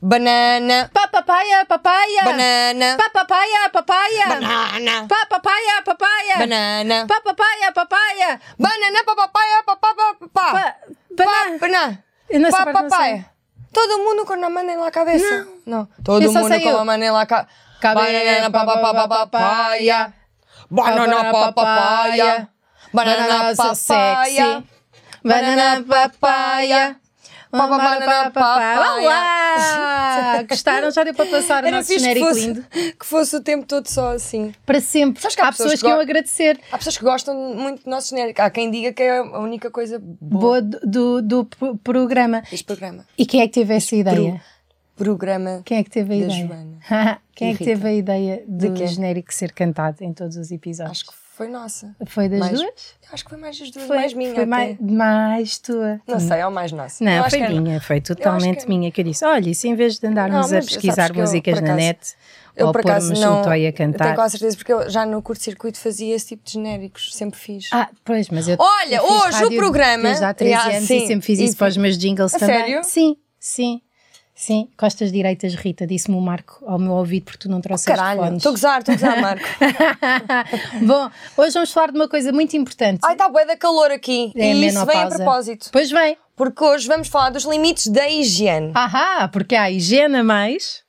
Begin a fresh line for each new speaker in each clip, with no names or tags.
banana,
Pá, papaya, papaya.
banana,
Pá, papaya, papaya.
banana,
Pá, papaya, papaya.
banana,
Pá, papaya, papaya.
banana, papapaya, papapá,
Pá,
papá,
bana-
banana,
Eu nessa parte não sei. é
papapá. Todo mundo com a mão na cabeça. Não. Todo
Eu assim? só
mundo
sei
com
eu.
a mão na ca-
Cabeça,
Banana,
pa- pa- pa-
papapapapapaya. Banana,
Banana,
papapaya. Banana,
Banana,
papaya.
sexy. Banana, papaya.
Pá, pá, banana, papaya.
Uau! Gostaram? Já deu para passar o
Era
nosso
fixe que
genérico
fosse,
lindo.
que fosse o tempo todo só assim.
Para sempre.
Sabes que há pessoas
pessoas
que
que iam
go-
agradecer.
Há pessoas que gostam muito do nosso genérico. Há quem diga que é a única coisa boa
Boa do, do- do pro- programa.
deste programa.
E quem é que teve essa ideia?
Programa.
Quem é que teve a
Da
ideia?
Joana.
Quem é
E
que
Rita.
teve a ideia do
quê?
genérico ser cantado em todos os episódios?
Acho que foi nossa.
Foi das
mais-
duas?
Acho que foi mais as duas,
Foi
mais minha.
Foi
até.
mais, mais tua.
Não sei, é o mais nossa. Eu
Não,
acho
foi
que era-
minha, foi totalmente
que-
minha. Que eu disse: olha, e se em vez de
Não,
andarmos
mas
a
sabes
pesquisar
que eu,
músicas
por
na
acaso,
net
Eu
ou
por acaso
pormos
não.
um toy a
eu Tenho
cantar.
quase certeza porque eu já no curto-circuito fazia esse tipo de genéricos. Sempre fiz.
Ah, pois, mas eu.
Olha,
eu fiz
hoje o
rádio
programa-
Desde há 13
Yeah,
anos
sim.
e sempre fiz
E
isso para os meus jingles
A
também.
sério?
Sim, sim. Sim, costas direitas, Rita, disse-me o Marco ao meu ouvido porque tu não trouxeste
Caralho,
fones.
estou a gozar, estou a gozar, Marco.
Bom, hoje vamos falar de uma coisa muito importante.
Ai, está bué da calor aqui.
É a
e isso vem a
menopausa.
propósito.
Pois bem.
Porque hoje vamos falar dos limites da higiene.
Ahá, porque há higiene a mais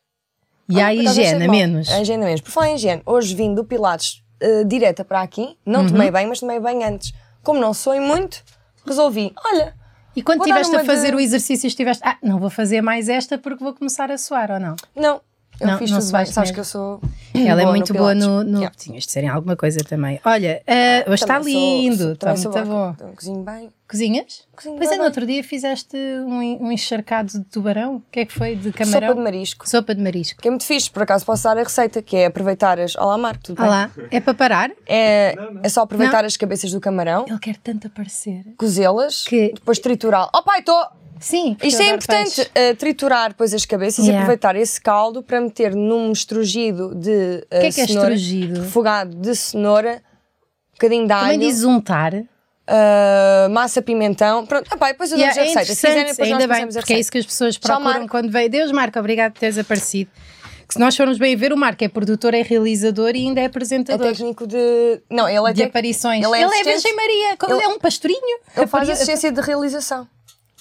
e
Ah,
há
por acaso achei
higiene a
bom.
menos.
A higiene a menos. Por falar em higiene, hoje vim do Pilates eh, direta para aqui.
Uhum.
Não tomei bem, mas tomei bem antes. Como não soei muito, resolvi. Olha,
E quando
Vou dar
estiveste
uma
a fazer
de-
o exercício, estiveste. Ah, não vou fazer mais esta porque vou começar a suar ou não?
não. Eu
Não,
fiz
não
tudo
se
bem.
vais
Sabes
mesmo.
que eu sou.
Ela é
Hum, boa
muito
no
boa
Pilates.
no. no...
Yeah.
Tinhas de ser em alguma coisa também. Olha, ah, hoje está
Também sou-
lindo,
sou-
está
também sou
muito
boa.
bom.
Então, Cozinho bem.
Cozinhas?
Cozinho
pois é,
bem.
no outro dia fizeste um, en- um encharcado de tubarão. O que é que foi? De camarão?
Sopa de marisco.
Sopa de marisco.
Que é muito fixe, por acaso posso dar a receita, que é aproveitar as. Olá, Marco, tudo
Olha lá, é para parar?
bem? É, é só aproveitar as cabeças do camarão,
Ele quer tanto aparecer.
cozê-las,
Que-
depois triturá-las. Oh, pai, estou.
Sim, porque
Isto é
eu adoro
importante,
peixe.
eh, triturar depois as cabeças e
Yeah.
aproveitar esse caldo para meter num estrugido de eh,
O que é que é
cenoura,
estrugido?
refogado de cenoura, um bocadinho de alho,
Também diz um untar.
eh, massa pimentão, pronto, ah, pá, e depois eu dou-vos
Yeah,
a receita, se quiserem depois
é ainda
nós
bem,
fazemos a
porque é
receita.
isso que as pessoas
Tchau,
procuram
Marco.
quando vêm. Deus, Marco, obrigado por teres aparecido. Que se nós formos bem ver, o Marco é produtor, é realizador e ainda é
É
apresentador
técnico de... não, ele é
de
técnico,
aparições.
ele é assistente.
Virgem Maria, como
Ele-
é um pastorinho.
ele faz
Apari-
assistência de realização,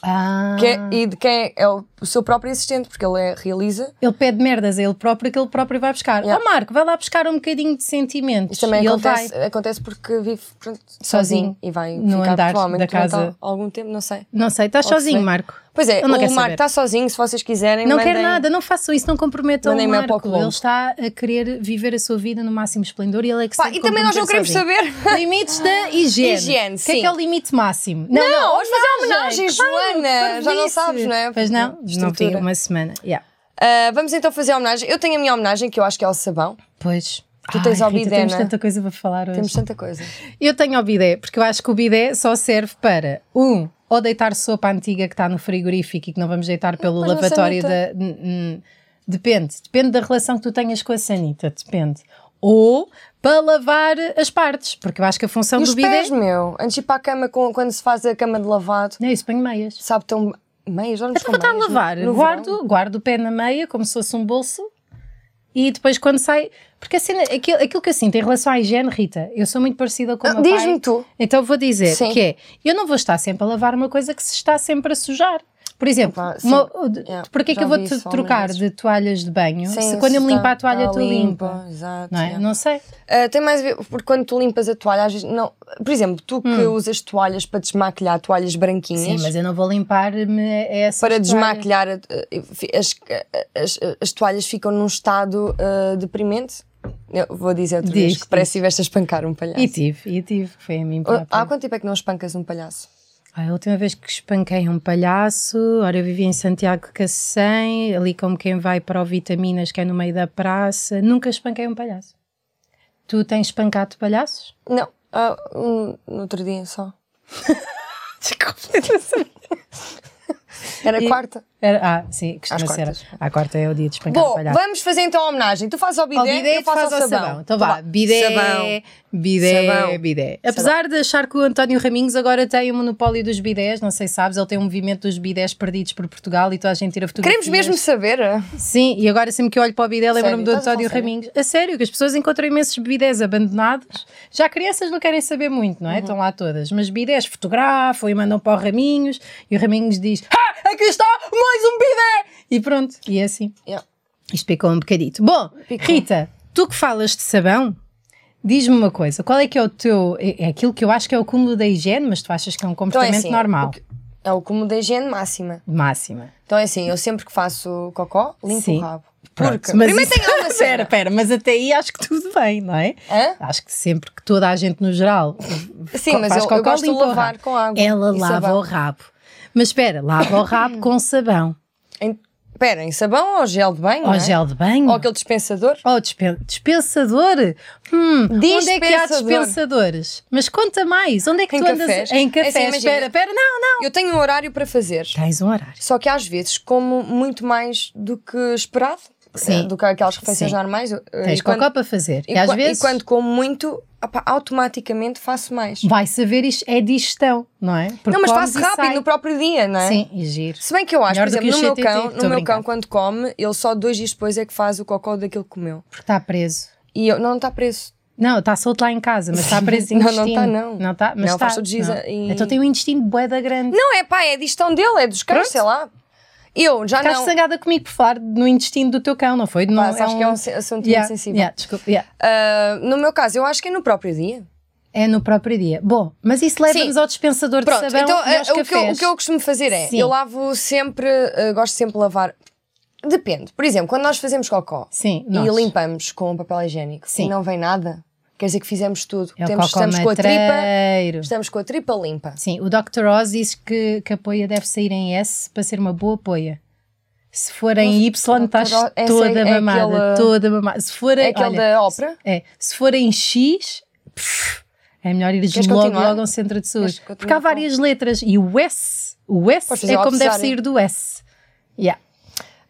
Ah,
que é- e de quem é, é o, o seu próprio assistente, porque ele é- realiza,
Ele pede merdas a ele próprio que ele próprio vai buscar.
Yeah.
Oh, Marco, vai lá buscar um bocadinho de sentimentos.
isto também
e ele
acontece,
vai.
acontece porque vive pronto, sozinho,
Sozinho,
e vai
no
ficar
andar
provavelmente
da
durante
casa.
al- algum tempo, não sei.
Não sei, estás
Ou que
sozinho,
se-
Marco.
Pois é,
Ele não
o
quer
Marco
saber.
está sozinho, se vocês quiserem.
Não
mandem-
quer nada, não façam isso, não comprometam o
Mandem-me para o
Marco.
Colombo.
Ele está a querer viver a sua vida no máximo esplendor e ele é que se
Pá,
tem
e
que
também nós não
comprometer
queremos
sozinho.
saber.
Limites da higiene.
Higiene,
o que é
sim.
que é o limite máximo?
Não, hoje fazer uma homenagem, Joana.
claro,
Já não
parvoíce.
sabes, não é?
Pois não, não
Estrutura.
tem uma semana. Yeah.
Ah, vamos então fazer a homenagem. Eu tenho a minha homenagem, que eu acho que é ao sabão.
Pois.
Tu tens
Ai,
ao
Rita,
bidé,
Temos
não é?
tanta coisa para falar hoje.
Temos tanta coisa.
Eu tenho ao bidé, porque eu acho que o bidé só serve para, um, ou deitar sopa antiga que está no frigorífico e que não vamos deitar pelo
Mas não
lavatório da.
sanita.
n- n- Depende, depende da relação que tu tenhas com a sanita, depende. Ou para lavar as partes, porque eu acho que a função
E
do
os
bidé.
pés, meu? Antes de ir para a cama, com- quando se faz a cama de lavado,
Não é isso, ponho meias.
sabe tão. Meias, olha
Mas para estar Então a lavar,
né? verão.
guardo, guardo o pé na meia como se fosse um bolso e depois quando sai. Porque assim, aquilo, aquilo que eu sinto em relação à higiene, Rita, eu sou muito parecida com o
Ah,
meu pai.
Diz-me tu.
Então vou dizer
Sim.
que é, eu não vou estar sempre a lavar uma coisa que se está sempre a sujar. Por exemplo,
Opa, sim.
uma, de-
Yeah,
porque é que
já
eu vou
vi
te
isso
trocar
algumas
de toalhas de banho se quando eu me
está-
limpar a toalha
está
tu limpa?
Exato.
Não é?
yeah.
Não sei.
Ah, tem mais a ver, porque quando tu limpas a toalha, às vezes, não, por exemplo, tu que usas toalhas para desmaquilhar, toalhas branquinhas,
Hum. Sim, mas eu não vou limpar-me essa
para desmaquilhar, a- a- as, eh, as, as toalhas ficam num estado ah, deprimente. Eu vou dizer outra
Diz,
vez que
diz.
parece que estiveste a espancar um palhaço.
E tive, e tive, foi a mim própria.
Há quanto tempo é que não espancas um palhaço?
Ah, a última vez que espanquei um palhaço, ora eu vivia em Santiago de Cacém, ali como quem vai para o Vitaminas, que é no meio da praça, nunca espanquei um palhaço. Tu tens espancado palhaços?
Não, ah, um, no outro dia só.
Desculpa,
Era quarta.
Era, ah, sim, costuma
Às
ser.
quartas.
À quarta é o dia de espancar o
Bom,
palhaço.
vamos fazer então a homenagem. Tu fazes ao bidé,
Ao bidé,
eu faço
faz
ao sabão.
Então vá, bidé,
Sabão.
bidé,
Sabão.
bidé. Apesar de achar que o António Raminhos agora tem o monopólio dos bidés, não sei se sabes, ele tem um movimento dos bidés perdidos por Portugal e toda a gente tira fotografias.
Queremos mesmo saber. eh?
Sim, e agora sempre que eu olho para o bidé lembro-me
Sério?
do
Estás a
António
falar sério?
Raminhos. A sério, que as pessoas encontram imensos bidés abandonados. Já crianças não querem saber muito,
Uhum.
não é? Estão lá todas. Mas bidés fotografam e mandam para o Raminhos e o Raminhos diz: Ah, aqui está mais um bidé! E pronto, e é assim.
Yeah.
Isto picou um bocadito. Bom,
Picou.
Rita, tu que falas de sabão, diz-me uma coisa: qual é que é o teu. É é aquilo que eu acho que é o cúmulo da higiene, mas tu achas que é um comportamento
assim,
normal,
É o como da higiene máxima.
máxima.
Então é assim, eu sempre que faço cocó, limpo
Sim.
o rabo.
Pronto,
Porque
mas
primeiro
isso-
tem alguma
Espera,
cena.
espera, mas até aí acho que tudo bem, não é?
Hã?
Acho que sempre que toda a gente no geral
Sim,
co-
mas
faz
eu, eu
cocó,
gosto de
limpa o
lavar
rabo.
com água.
Ela
e
lava
sabão.
o rabo. Mas espera, lava o rabo com sabão.
Em- Espera, em sabão ou gel de banho?
Ou
não é?
gel de banho.
Ou aquele dispensador?
ou dispen- dispensador. Hum, onde é que há
Dispensador.
dispensadores? Mas conta mais, onde é que
Em
tu andas
cafés.
em
É
cafés?
assim, imagina.
espera, espera, não, não.
Eu tenho um horário para fazer.
Tens um horário.
Só que às vezes como muito mais do que esperado,
Sim.
eh, do que aquelas refeições
Sim.
normais. eu- eh,
Tens
e quando-
cocó para fazer. E,
E,
às
qua- e
vezes
quando como muito, apá, automaticamente faço mais.
vai saber isto é digestão, não é? Porque
não, mas
comes
faço
e
rápido
sai.
no próprio dia, não é?
Sim, e giro.
Se bem que eu acho,
Melhor
por
do que
exemplo, no meu
o CTT,
cão,
estou a
no meu
brincar.
cão quando come, ele só dois dias depois é que faz o cocó daquilo que comeu.
Porque está preso.
E eu, não, não está preso.
Não, está solto lá em casa, mas está preso em
Não, não
intestino.
está, não.
Não está, mas
Não,
está.
faz todos os dias
não.
em-
Então tem um intestino de boeda grande.
Não, é pá, é a digestão dele, é dos cães,
Pronto.
sei lá. Eu já
Ficaste
Ah, não.
zangada comigo por falar no intestino do teu cão, não foi? Não,
Pá, acho que é um se- assunto muito
Yeah,
sensível.
yeah, desculpa, yeah.
Ah, no meu caso, eu acho que é no próprio dia.
É no próprio dia. Bom, mas isso leva-nos ao dispensador
Pronto,
de sabão
então
e
eh,
aos
o, que eu,
cafés.
o que eu costumo fazer é,
Sim.
eu lavo sempre, eh, gosto sempre de lavar. Depende. Por exemplo, quando nós fazemos cocó
Sim,
e
nós.
limpamos com um papel higiênico
Sim.
e não vem nada, quer dizer que fizemos tudo.
É o
Temos-
cocó
estamos com a tripa,
matreiro.
estamos com a tripa limpa.
Sim, o Dr. Oz diz que, que a poia deve sair em S para ser uma boa poia. Se for em Y,
Dr.
estás
Oz- essa
toda
é- é
mamada,
aquele-
toda mamada. Se for,
É
em-
aquele
olha,
da ópera?
É, se for em X, pff, é melhor ir
Queres
logo,
continuar?
logo a um centro de
Queres
saúde.
continuar
Porque há
com-
várias letras e o S, o
Podes
S
fazer
é
o
como deve
abecedário.
sair do S. Yeah.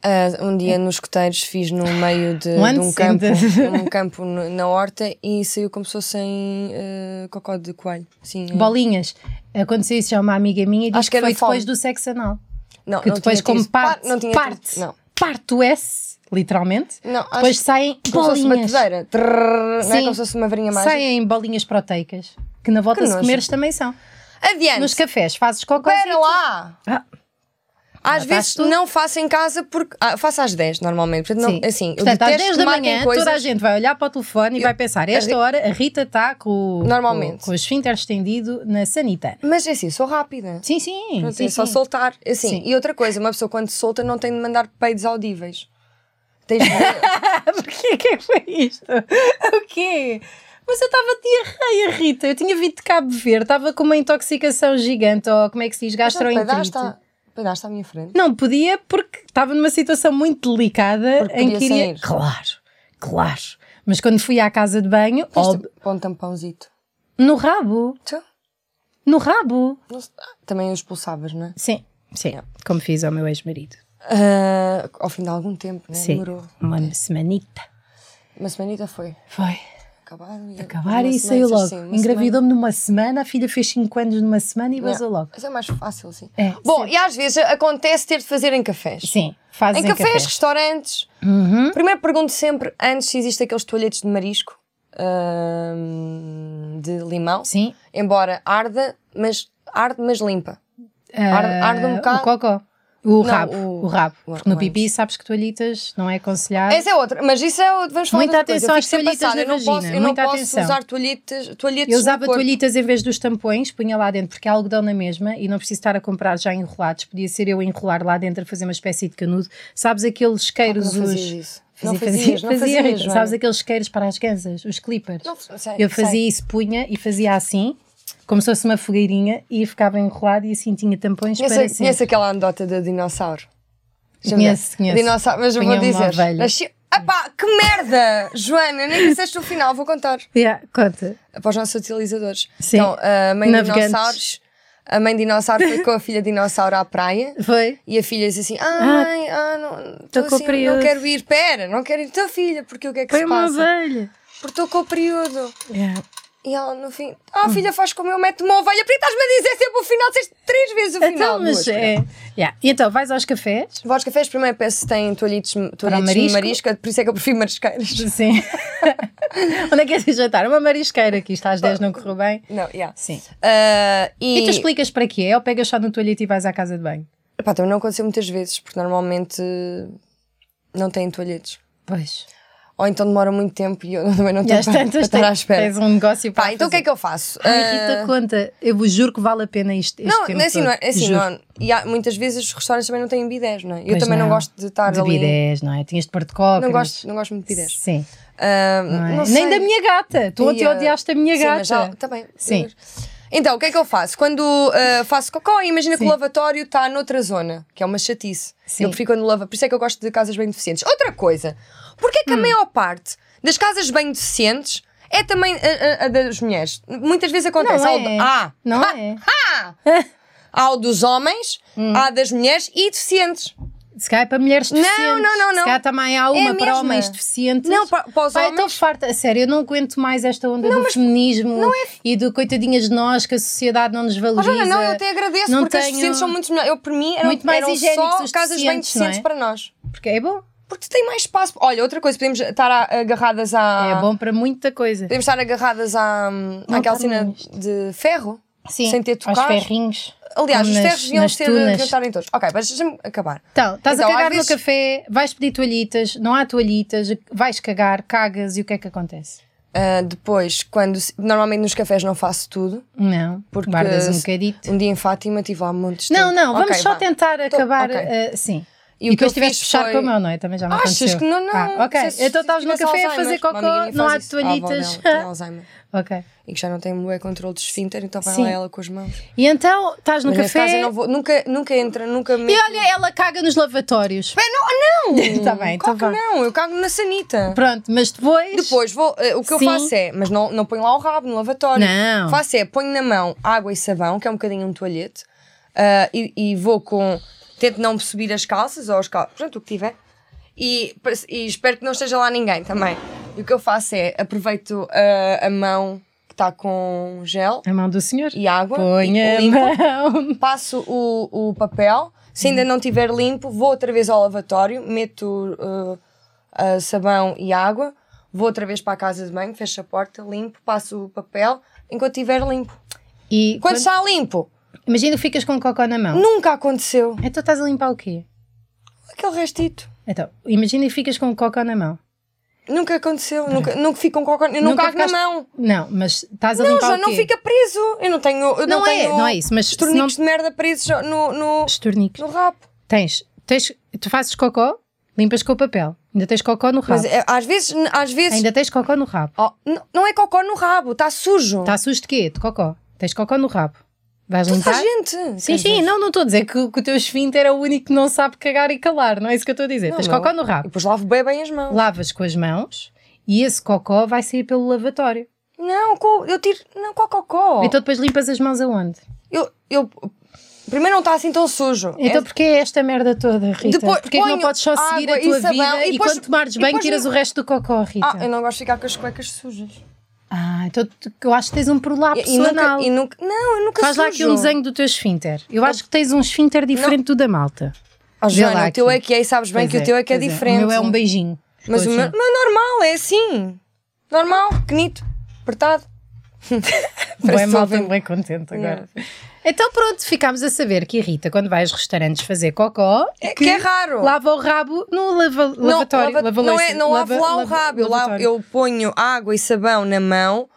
Ah, um dia nos coteiros fiz no meio de,
Once
de um campo,
in the-
um campo no- na horta e saiu como se fosse em eh, cocó de coelho. Sim, eh,
Bolinhas. Aconteceu isso já a uma amiga minha e disse
Acho
que
que era
foi depois
fome.
do sexo anal.
não,
Que
não
depois,
tinha
como
tido-
parte,
não tinha tido-
parte,
não.
parte o S, literalmente,
Não, acho
depois
que-
saem
Como se fosse uma
bolinhas.
tedeira. Trrr, não é
Sim.
como se fosse uma varinha mágica.
Saem bolinhas proteicas, que na volta
Que
se
nojo.
comeres também são.
Adiante.
Nos cafés fazes cocô.
Espera lá.
Ah,
Às
Já
vezes
estás tu?
não faço em casa porque. Ah, faço às 10 normalmente. Portanto, não,
Sim.
assim, eu
Portanto, às
detesto
10
que
da
marquem
manhã,
coisas.
toda a gente vai olhar para o telefone e vai pensar: esta hora a Rita está com, o-
Normalmente.
com, com o esfíncter estendido na sanita.
Mas é assim, sou rápida.
Sim, sim.
Pronto,
sim,
é só
sim.
soltar. Assim,
Sim.
E outra coisa, uma pessoa quando se solta não tem de mandar peidos audíveis. Tens de...
Ah, Porquê que é que foi isto? O quê? Mas eu estava diarreia, Rita. Eu tinha vindo de Cabo Verde, estava com uma intoxicação gigante, ou como é que se diz, gastroenterite.
Pedaste à- pedaste à minha frente.
Não podia porque estava numa situação muito delicada
Porque
em que
podia
iria.
sair.
Claro, claro. Mas quando fui à casa de banho,
Tens de
ó,
pôr um tampãozito.
no rabo,
Tu?
no rabo.
Não se- ah, Também o expulsavas, não é?
Sim, sim, como fiz ao meu ex-marido.
Ah, ao fim de algum tempo, não é?
Sim,
Demorou.
uma semanita.
Uma semanita foi.
Foi.
Acabaram e,
Acabar
uma
e
semana,
saiu logo.
sim, uma
Engravidou-me numa semana, a filha fez 5 anos numa semana e
semana.
vazou logo.
Isso é mais fácil, sim.
É,
Bom, e às vezes acontece ter de fazer em cafés.
Sim, fazem
Em cafés,
cafés.
restaurantes.
Uhum.
Primeiro pergunto sempre antes se existe aqueles toalhetes de marisco hum, de limão.
Sim.
Embora arda, mas arde, mas limpa.
ah,
arde um bocado.
O cocó.
Não,
O rabo. O,
o-
rabo.
o
Porque no
hortelãs.
pipi sabes que toalhitas não é aconselhado.
Essa é outra, mas isso é outra. Vamos falar
Muita
de outra coisa.
atenção
Eu
às
fico sempre
toalhetas
passada,
na
eu não posso,
vagina,
eu não
muita
posso
atenção.
usar toalhetes, toalhetes
Eu
no
usava
corpo.
toalhitas em vez dos tampões, punha lá dentro, porque é algodão na mesma e não preciso estar a comprar já enrolados. Podia ser eu a enrolar lá dentro, a fazer uma espécie de canudo. Sabes aqueles
Não
isqueiros,
Ah, fazias
os.
isso. Não fazias, não
fazia,
fazias,
Rita.
Joana.
Sabes aqueles isqueiros para as gansas, os clippers.
Não, sei,
eu fazia
sei.
isso, punha e fazia assim, como se fosse uma fogueirinha, e ficava enrolado e assim tinha tampões para
Conhece,
assim.
conhece aquela anedota do dinossauro? Deixa-me
Conheço,
ver.
conheço.
Dinossauro, mas eu
Tinha
vou
uma
dizer.
ovelha.
Nasci... Epá, que merda! Joana, nem disseste o final, vou contar
Yeah, conta.
para os nossos utilizadores.
Sim.
Então, ah, meio
Navegantes.
dinossauros. A mãe dinossauro foi com a filha dinossauro à praia
Foi?
e a filha disse assim: Ah, mãe, ah, não, tô
tô com
assim, não
período."
quero ir, pera, não quero ir, tua filha, porque o que é que
Foi
se
uma
passa?
ovelha.
Porque estou com o período.
Yeah.
E ela no fim, ah,
Hum.
filha, faz como eu, mete uma ovelha, porque estás-me a dizer sempre o final, disseste três vezes o final.
Então,
duas,
mas
caralho.
é. Yeah. E então, vais aos cafés?
Vou aos cafés, primeiro peço se têm toalhitos, toalhitos de
marisco?
marisca, por isso é que eu prefiro marisqueiras.
Sim. Onde é que és ir jantar? Uma marisqueira, aqui está às 10, não correu bem.
Não, yeah.
Sim.
Ah,
E,
e,
tu explicas para quê? É ou pegas só no toalhito e vais à casa de banho?
Pá, também não aconteceu muitas vezes, porque normalmente não têm toalhetes.
Pois.
Ou então demora muito tempo e eu também não
E
tenho
às
para, para
tantas
estar à
tens,
espera.
tens um negócio para
Pá, então o que é que eu faço?
Ai, Rita,
Ah,
conta. Eu vos juro que vale a pena isto. este
não,
tempo
não é assim,
todo.
não é, é assim
Juro.
não é- e há- muitas vezes os restaurantes também não têm bidés, não é? Eu
Pois
também não,
não.
gosto de estar
De
ali.
bidés, não é? Tinhas de pôr de cócoras.
Não gosto, não gosto muito de bidés.
Sim.
Ah,
não é?
não sei.
Nem da minha gata. Tu ontem
E, ah,
odiaste é a minha
sim,
gata.
mas já- também.
Sim.
Então, o que é que eu faço? Quando ah, faço cocó, imagina que o
Sim.
lavatório está noutra zona, que é uma chatice.
Sim.
Eu prefiro quando lava, por isso é que eu gosto de casas bem deficientes. Outra coisa, porque é que a
Hum.
maior parte das casas bem deficientes é também a, a- a das mulheres? Muitas vezes acontece.
Não
há o
é.
do- Ah,
Não
ah,
é?
ah! Há o dos homens,
Hum.
há das mulheres e deficientes.
Se calhar é para mulheres deficientes.
não, não, não. É
Se calhar também há uma
a
para
mesma.
homens deficientes.
Não, para, para os
Pá, eu
homens.
estou farta, a sério, eu não aguento mais esta onda do feminismo e do coitadinhas de nós que a sociedade não nos
é Oh,
valoriza.
Joana, não, eu até agradeço
Não
porque as
tenho-
deficientes são muito melhores. Eu, por mim, eram,
Muito mais
eram
higiênicos
só
os
casas bem
deficientes, não é?
deficientes para nós.
Porque é bom,
Porque tem mais espaço. Olha, outra coisa, podemos estar a- agarradas à.
é bom para muita coisa.
Podemos estar agarradas à, àquela cena de ferro.
Sim,
sem ter
aos
tocar.
ferrinhos.
Aliás,
como
os
nas-
ferros deviam,
nas
ser,
tunas.
deviam estar em todos. Ok, mas deixa-me acabar.
Então, estás
Então,
a cagar
às vezes-
no café, vais pedir toalhitas, não há toalhitas, vais cagar, cagas e o que é que acontece?
Ah, depois, quando. se- Normalmente nos cafés não faço tudo.
Não,
Porque
guardas um
se-
bocadito.
Um dia em Fátima tive lá montes de
Não,
tempo.
não, vamos
Ok,
só
vá. Então,
tentar acabar
ok.
eh, sim.
E
E,
o que eu
depois tiveste
fiz
de fechar
foi-
com o meu, não é? Também já me
Achas
aconteceu.
que não, não.
Ah, ok,
Se- se
então estavas no
tivesse
café a
Alzheimer,
fazer
uma amiga
cocó,
minha
não
faz
há
isso. Ah, a avó
toalhitas.
dela tem Alzheimer.
ok.
e que já não tem um bom controle de esfíncter, então vai
Sim.
lá ela com as mãos.
E então, estás no
Mas nesse caso eu
café
não vou, nunca, nunca entra, nunca me.
e olha, ela caga nos lavatórios.
não!
Tá bem,
claro
então
que
vá.
não, eu cago na sanita.
Pronto, mas depois...
Depois vou, eh, o que eu
Sim.
faço é, mas não, não ponho lá o rabo no lavatório.
Não.
Faço é, ponho na mão água e sabão, que é um bocadinho um toalhete, ah, e, e vou com. Tento não subir as calças ou as calças, pronto, o que tiver. E, e espero que não esteja lá ninguém também. E o que eu faço é, aproveito ah, a mão que está com gel
A mão do senhor.
e água,
Põe
e
a
limpo,
mão.
passo o, o papel, se
Uhum.
ainda não tiver limpo, vou outra vez ao lavatório, meto uh, uh, sabão e água, vou outra vez para a casa de banho, fecho a porta, limpo, passo o papel, enquanto estiver limpo.
E
Quando
quando...
está limpo,
imagina que ficas com um cocó na mão.
nunca aconteceu.
Então estás a limpar o quê?
Aquele restito.
Então, imagina que ficas com cocó na mão.
Nunca aconteceu, nunca, nunca fico com qualquer. Eu não
Uhum. Nunca
cago
ficaste-
na mão.
Não, mas estás a
Não,
limpar
já
o quê?
não fica preso. Eu não tenho. Eu não,
Não é,
tenho
não é isso, mas
os
se
tornicos de merda presos no, no,
Estornicos.
no rabo.
Tens, tens, tu fazes cocó, limpas com o papel. Ainda tens cocó no rabo.
Mas é, às vezes. Às vezes
Ainda tens cocó no rabo.
Oh, n- não é cocó no rabo, está sujo.
Está sujo de quê? De cocó. Tens cocó no rabo. Vais
Toda
limpar?
a gente.
Sim, sim, não, não estou a dizer que, o- que o teu esfíncter é o único que não sabe cagar e calar, não é isso que eu estou a dizer.
Não,
Tens
não.
cocó no
E
rabo,
depois lavo bem, bem as mãos.
lavas com as mãos e esse cocó vai sair pelo lavatório.
Não, co- eu tiro. Não, com cocó.
Então depois limpas as mãos aonde?
Eu, eu- Primeiro, não está assim tão sujo.
Então
É-
porquê é esta merda toda, Rita?
Depois
porquê é que não
ponho
podes só seguir
água
a
e
tua
sabão
vida
e
e,
depois-
quando tomares
e
bem
depois
tiras
lim-
o resto do cocó, Rita?
Ah,
Ah,
eu não gosto de ficar com as cuecas sujas.
então tu- eu acho que tens um prolapso
E, e nunca,
anal.
e nunca. Não, eu nunca
Faz lá aqui
sujo.
um desenho do teu esfíncter. Eu acho que tens um esfíncter diferente do da malta.
Oh,
Vê lá
Joana, o
aqui.
teu é que é, e sabes bem
Pois
que o teu é que é
pois
diferente.
O meu é um beijinho.
Mas o
Ficou
meu,
assim.
o meu é normal, é assim. Normal, pequenito, apertado. Parece que
Bem,
estou a
malta,
ver-
bem contente agora. Então pronto, ficámos a saber que a Rita, quando vai aos restaurantes fazer cocó,
É que é raro.
lava o rabo no lava,
Não,
lavatório.
lava-
lava-
não é, não
lava-
lavo lá o
lava-
rabo. Eu, lavo-
lavatório.
eu ponho água e sabão na mão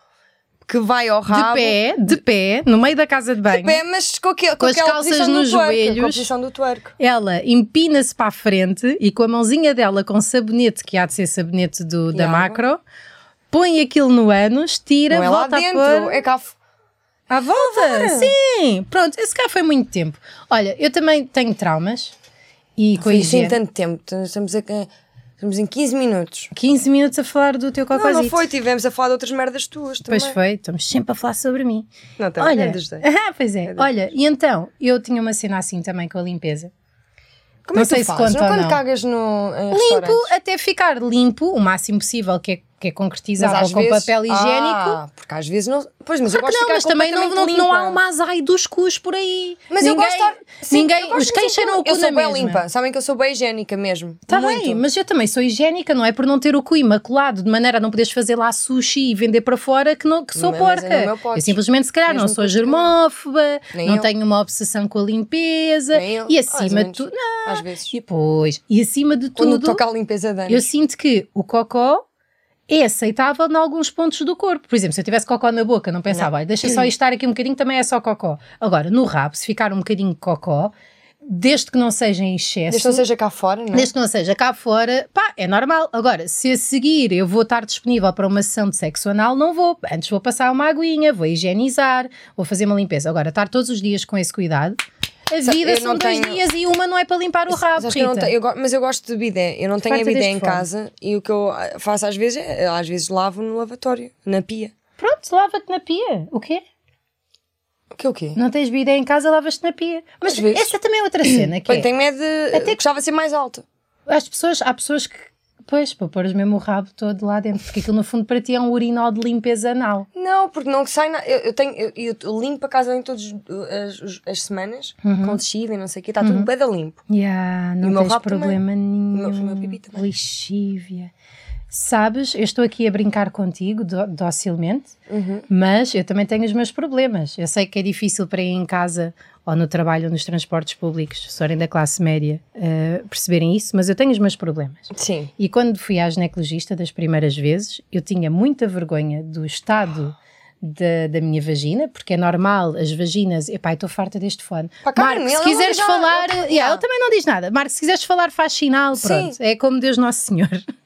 que vai ao
De
rabo.
pé, de pé, no meio da casa de banho,
De pé, mas com, que, com,
Com as
aquela
calças
posição do
nos
twerk, Com a
joelhos.
posição do twerk.
ela empina-se para a frente e com a mãozinha dela com sabonete, que há de ser sabonete do, da
água.
macro, põe aquilo no ânus, tira,
Não é lá
volta
dentro,
a pôr.
é cá. Ah, f-
À volta? Sim! Pronto, esse cá foi muito tempo. Olha, eu também tenho traumas e com a
Foi assim
higiene.
tanto tempo. Estamos a. Estamos em 15 minutos.
15 minutos a falar do teu
Não,
cocôzito.
não foi, tivemos a falar de outras merdas tuas também. Então,
Pois foi, estamos sempre a falar sobre mim.
Não, tá também
Olha.
não te ajudei.
Ah, pois é.
Deus.
Olha, e então, eu tinha uma cena assim também com a limpeza.
Como
Não
é que
sei
tu
se
fazes?
conta
não
ou
quando
não.
cagas no em
Limpo
restaurantes?
até ficar limpo, o máximo possível, que é, que é
Mas
concretizável
às
com
vezes-
papel higiénico.
Ah, porque às vezes não. Pois, mas eu
Claro que
gosto de ficar
não, mas também não, não,
completamente
não há
limpa.
uma azai dos cus por aí.
Mas eu
ninguém,
gosto. de estar- Sim,
ninguém,
eu gosto
os
de
quem
ser
cheiram o
limpa.
cu
Eu
na
sou bem
mesma.
limpa. Sabem que eu sou bem higiênica mesmo.
Está
Muito.
Tá bem, mas eu também sou higiênica, não é por não ter o cu imaculado, de maneira a não poderes fazer lá sushi e vender para fora que, não, que sou
Mas no
porca.
meu um podes.
Eu simplesmente, se calhar, não
Mesmo
sou
com os caras.
germófoba,
Nem
não
eu.
tenho uma obsessão com a limpeza.
Nem eu.
eh, E
Mais ou
acima de
menos.
tudo.
Às vezes.
E, pois, e acima de
Quando
tudo,
toca a limpeza de anos.
eu sinto que o cocó é aceitável em alguns pontos do corpo. Por exemplo, se eu tivesse cocó na boca, não pensava, "Olha, deixa só isto estar aqui um bocadinho, também é só cocó. Agora, no rabo, se ficar um bocadinho de cocó, desde que não seja em excesso,
Desde que não seja cá fora, não é?
Desde que não seja cá fora, pá, é normal. Agora, se a seguir eu vou estar disponível para uma sessão de sexo anal, não vou. Antes vou passar uma aguinha, vou higienizar, vou fazer uma limpeza. Agora, estar todos os dias com esse cuidado, a
Sabe,
vida
eu
são
não
dois
tenho-
dias e uma não é para limpar o rabo,
Sabes que eu não
Rita.
tenho- eu go- mas eu gosto de bidé. Eu não tenho a
farta
bidé
deste
em
fone.
casa e o que eu ah, faço às vezes é, às vezes lavo no lavatório, na pia.
Pronto, lava-te na pia. O quê?
O que é o quê?
Não tens vida em casa, lavas-te na pia. Mas
Às vezes.
essa também é outra cena, que
Bem,
é,
tenho medo de.
Até que-
Gostava de ser mais alta.
as pessoas, há pessoas que, pois, para pôr mesmo o rabo todo lá dentro, porque aquilo no fundo para ti é um urinol de limpeza anal.
Não, porque não sai nada. Eu, eu tenho, eu, eu limpo a casa em todas as, os- as semanas,
Uhum.
com lixívia e não sei o quê, está tudo bem limpo.
Yeah, não
meu
tens
rabo também.
problema nenhum.
meu- o meu pipi também.
Lixívia. Sabes, eu estou aqui a brincar contigo do, docilmente,
Uhum.
mas eu também tenho os meus problemas. Eu sei que é difícil para ir em casa ou no trabalho ou nos transportes públicos, se forem da classe média, eh, perceberem isso, mas eu tenho os meus problemas.
Sim.
E quando fui à ginecologista das primeiras vezes, eu tinha muita vergonha do estado da, da minha vagina, porque é normal, as vaginas. Epá, eu estou farta deste fone.
Pá, calma,
Marco,
ela
se
não
quiseres
diz nada,
falar.
ela não diz
Yeah,
nada.
ela também não diz nada. Marco, se quiseres falar, faz sinal.
Sim.
Pronto, é como Deus Nosso Senhor.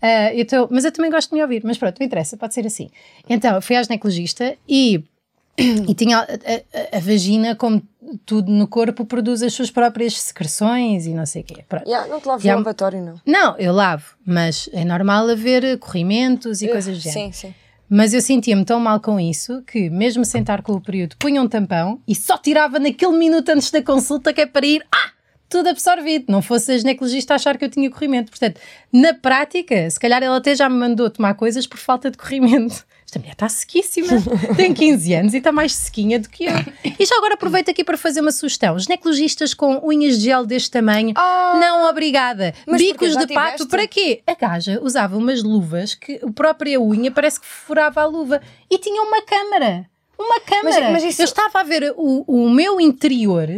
Ah, eu tô- mas eu também gosto de me ouvir, mas pronto, não interessa, pode ser assim. Então, eu fui à ginecologista e e tinha a, a- a- a vagina, como tudo no corpo, produz as suas próprias secreções e não sei o quê. Pronto.
Yeah, não te lavo
Yeah.
no lavatório, não.
Não, eu lavo, mas é normal haver corrimentos e coisas do género.
Eh, Sim, sim.
Mas eu sentia-me tão mal com isso que, mesmo sem estar com o período, punha um tampão e só tirava naquele minuto antes da consulta que é para ir, ah, tudo absorvido. Não fosse a ginecologista achar que eu tinha corrimento. Portanto, na prática, se calhar ela até já me mandou tomar coisas por falta de corrimento. Esta mulher está sequíssima, tem 15 anos e está mais sequinha do que eu. E já agora aproveito aqui para fazer uma sugestão: ginecologistas com unhas de gel deste tamanho
Ah,
não, obrigada.
Mas porquê?
Bicos
Já
de pato,
tiveste?
para quê? A gaja usava umas luvas que a própria unha parece que furava a luva. E tinha uma câmara. Uma câmara.
mas isso-
Eu estava a ver o, o meu interior,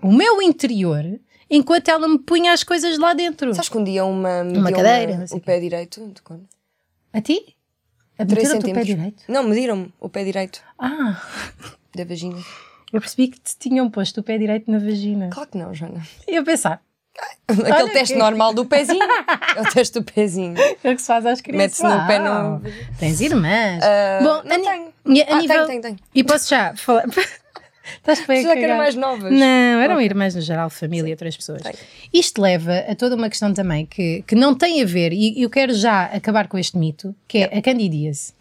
o meu interior, enquanto ela me punha as coisas lá dentro.
sabes que um dia uma. me
Uma
deu
cadeira, não sei
o
o quê.
pé direito. de quando?
A ti? A
Três
meter o teu pé
centímetros.
direito?
Não, mediram-me o pé direito
Ah,
da vagina.
eu percebi que te tinham posto o pé direito na vagina.
Claro que não, Joana.
E eu pensar,
Aquele
Olha
teste
que-
normal do pezinho. é o teste do pezinho.
é o que se faz às crianças.
Mete-se no pé, não-
Uau, Tens irmãs.
Ah,
Bom,
não
a ni-
tenho.
e a
Ah,
nível-
tenho, tenho, tenho.
E posso já falar. Estás bem
Só que eram
cagar.
mais novas.
Não, eram irmãs no geral, família, três pessoas.
Tem.
Isto leva a toda uma questão também que, que não tem a ver, e eu quero já acabar com este mito, que é a candidíase,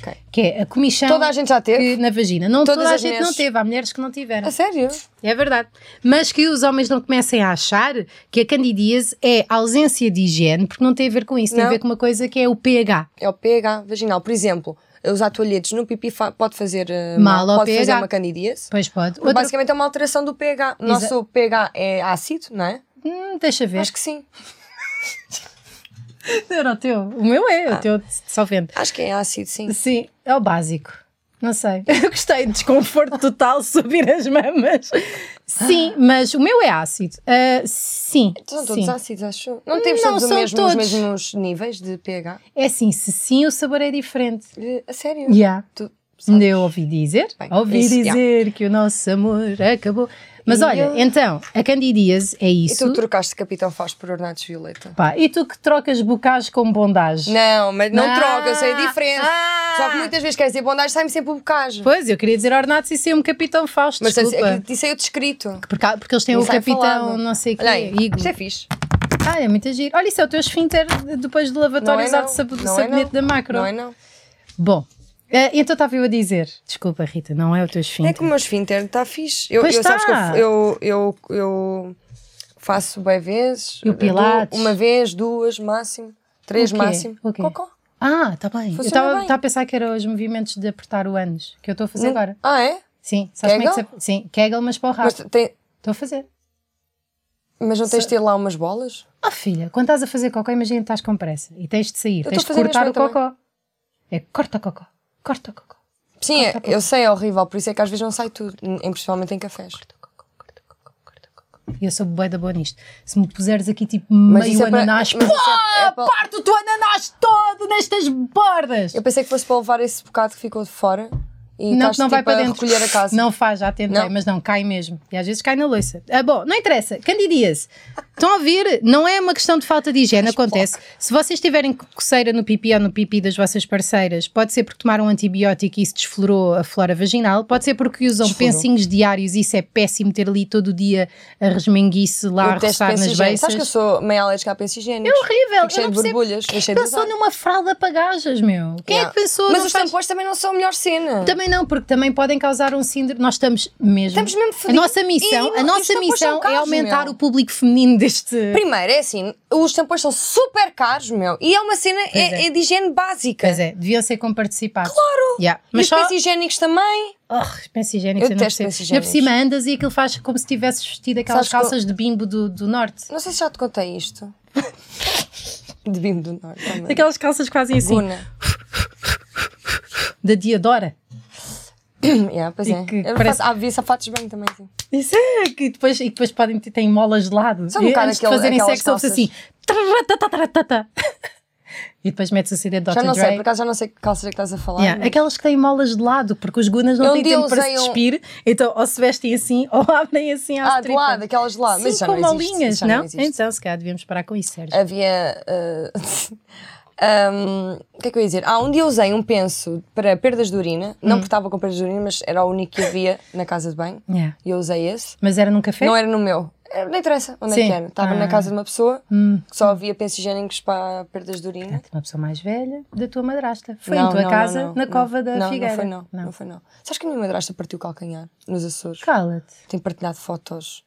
Ok.
que é a comichão
Toda a gente já teve.
que na vagina. Não,
Todas
toda a
as
gente não
mulheres. Ah,
teve, há mulheres que não tiveram.
A sério?
É verdade. Mas que os homens não comecem a achar que a candidíase é ausência de higiene, porque não tem a ver com isso, tem a
Não.
ver com uma coisa que é o pH.
É o pH vaginal. Por exemplo, usar toalhetes no pipi fa- pode fazer eh,
Mal ao
pode fazer
pH.
uma candidíase.
Pois pode.
Porque
Outra...
Basicamente é uma alteração do pH. O nosso pH é ácido, não é?
Hum, deixa ver.
Acho que sim.
Era o teu. O meu é, o teu salvente.
Acho que é ácido, sim.
Sim, é o básico. Não sei. Eu gostei de desconforto total subir as mamas. Sim, mas o meu é ácido. Ah, sim.
São Ah. Então, todos
sim.
ácidos, acho. Não temos
Não,
todos o
são
mesmo,
todos.
os mesmos níveis de pH?
É assim, se sim, o sabor é diferente.
Eh, A sério?
Yeah.
Tu sabes?
Eu ouvi dizer,
Bem,
ouvi
isso,
dizer que o nosso amor acabou. Mas
E
olha,
eu-
então, a candidíase é
E
isso.
tu trocaste Capitão Faz por Ornatos Violeta?
Pá, e tu que trocas bocage com bondage?
Não, mas não
Ah,
troca, eu sei a diferença.
ah.
Só que muitas vezes quer dizer bondade, sai-me sempre o bocage.
Pois, eu queria dizer ornatos e ser um capitão Fausto,
Mas
desculpa.
é que isso é o descrito.
Porque, há- porque eles têm
Não
o
sai
capitão
falado.
não sei o quê.
Olha aí,
Igor.
isto é fixe.
Ah, é muito giro. Olha, isso é o teu esfíncter de- depois do lavatório
Não é
usar
não.
de sab- de
Não é
sabonete
não.
da macro.
Não é não.
Bom, eh, então estava eu a dizer. Desculpa, Rita, não é o
É
teu esfíncter.
que o meu esfíncter está fixe. Eu,
Pois
eu sabes que
tá.
eu, eu, eu, eu faço bem vezes.
E o Pilates?
Uma vez, duas, máximo. Três,
O quê?
máximo.
O quê?
Cocó.
Ah, está bem. eu
Funciona
estava
bem.
estava a pensar que eram os movimentos de apertar o ânus, que eu estou a fazer
Não-
agora. Ah.
Ah, é?
Sim, sabes como é
Kegel?
que se... Sim, Kegel, mas para o
Mas,
rabo.
tem,
Estou a fazer.
mas não tens de ter lá umas bolas?
Ah, filha, quando estás a fazer cocó, imagina que estás com pressa e tens de sair,
Eu
tens de
estou a fazer
cortar o
neste momento
cocó. É corta cocó, corta cocó.
Sim, é-
Corta, corta.
eu sei, é horrível. Por isso é que às vezes não sai tudo. em- Principalmente em cafés.
E eu sou bué da boa nisto. Se me puseres aqui tipo
Mas
meio
isso é para-
ananás,
mas isso é- é
pá,
para-
Ah, parte o teu ananás todo nestas bordas.
Eu pensei que fosse para levar esse bocado que ficou de fora. E
Não,
estás,
que não vai
tipo,
para
a
dentro.
recolher a casa.
Não faz, já tentei,
Não?
mas não, cai mesmo. E às vezes cai na louça. Ah, bom, não interessa. Candidíase. Estão a ouvir? Não é uma questão de falta de higiene, acontece. Se vocês tiverem coceira no pipi ou no pipi das vossas parceiras, pode ser porque tomaram um antibiótico e isso desflorou a flora vaginal, pode ser porque usam
Desflorou.
pensinhos diários e isso é péssimo ter ali todo o dia a resmenguice lá, a
Eu detesto
roçar nas
pensos higiênínicos. Sabes que eu
beiças.
sou meio alérgica a pensos higiênicos.
É horrível, eu
Fico cheio
não
de
percebo.
borbulhas. Deixei de
Pensou
usar.
numa fralda para gajas, meu. Quem é
Yeah.
que pensou?
Mas
Não
os
faz-
tampões também não são a melhor cena.
Também não, porque também podem causar um síndrome. Nós estamos mesmo.
Estamos mesmo
a
fodidos.
nossa missão,
E- e
a
não-
nossa
isto não puxa
missão
um caso,
é aumentar
meu.
o público feminino deste.
Primeiro, é assim, os tampões são super caros, meu. E é uma cena é,
é.
é de higiene básica.
Pois é, deviam ser comparticipados. Claro!
E
Mas
os
só.
pensos higiênicos também.
Oh, penso higiênico,
Eu
eu não
detesto
percebo.
pensos
Ainda por
higiênicos.
cima andas e aquilo faz como se tivesses vestido aquelas
Sabes que eu-
calças de bimbo do, do norte.
Não sei se já te contei isto. de Bimbo do Norte também.
Aquelas calças que fazem assim,
Guna.
da Diadora.
yeah, pois
E
é.
que
Eu
parece-
faço, ah, havia sapatos bem também. Sim.
Isso é, que depois, e depois podem ter têm molas de lado.
Só um
e
bocado
antes de
aquele-
fazerem
aquelas
sexo, ouve-se assim. tararatatatata. e depois metes o CD de
Já
Dr.
não sei,
Dre.
por acaso já não sei que calça é que estás a falar.
Tá Yeah,
mas-
Aquelas que têm molas de lado, porque os gunas não
Eu um
têm
dia
tempo para se
usei um-
despir, então ou se vestem assim ou abrem assim às
Ah, de
tripas.
lado, aquelas de lado.
Sim,
mas já
com
não existe,
molinhas,
isso já não
não?
existe.
Então, se calhar devíamos parar com isso, Sérgio.
havia. ah, um, o que é que eu ia dizer? Ah, um dia usei um penso para perdas de urina,
Hum.
não porque estava com perdas de urina, mas era o único que havia na casa de banho
Yeah.
e eu usei esse.
Mas era num café?
É. Não é. era no meu, Era- não interessa onde é
Sim.
que era. Estava
Ah.
na casa de uma pessoa
Hum.
que só havia pensos higiênicos para perdas de urina.
Uma pessoa mais velha da tua madrasta. Foi
Não,
em tua
não,
casa,
não, não,
na
não.
cova da
não,
Figueira.
Não foi, não. não. foi, não. Sabes que a minha madrasta partiu o calcanhar nos Açores?
Cala-te.
Tem partilhado fotos.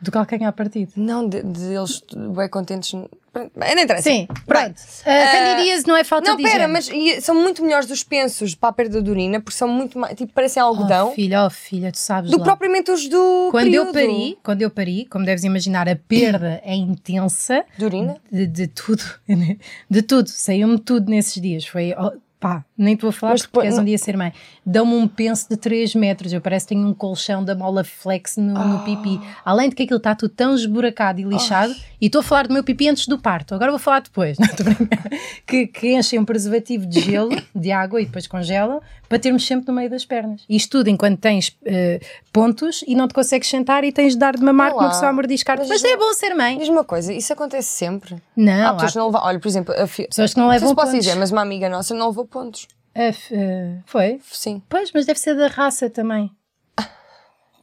Do calcanhar partido.
Não, de, de eles bem contentes. Pronto, assim. bem, não interessa.
Sim, pronto.
eh,
Uh, Candidíase não é falta
Não,
de
pera,
higiene.
mas e são muito melhores dos pensos para a perda de urina, porque são muito mais, tipo, parecem algodão,
Oh, filha, oh, filha, tu sabes
do
lá.
propriamente os do
Quando
período.
eu pari, quando eu pari, como deves imaginar, a perda é intensa.
De urina?
de, de tudo, né? de tudo, saiu-me tudo nesses dias. Foi oh, pá, nem estou a falar
Mas
porque
depois-
queres um dia ser mãe. Dão-me um penso de 3 metros. Eu parece que tenho um colchão da mola flex no,
Ah.
no pipi. Além de que aquilo está tudo tão esburacado e lixado, e estou a falar do meu pipi antes do parto. Agora vou falar depois, não estou a brincar. que, que enchem um preservativo de gelo, de água e depois congelam para termos sempre no meio das pernas. Isto tudo enquanto tens eh, pontos e não te consegues sentar e tens de dar de mamar com uma
Olá.
pessoa a mordiscar. Mas,
Mas Ah,
Mas
isso-
é bom ser mãe.
Diz-me uma coisa, isso acontece sempre.
Não,
há pessoas que não levam. Olha, por exemplo, a fi...
pessoas que não
não sei
levam
se posso
pontos.
dizer, mas uma amiga nossa não levou pontos.
É, f- eh, foi?
Sim.
Pois, mas deve ser da raça também.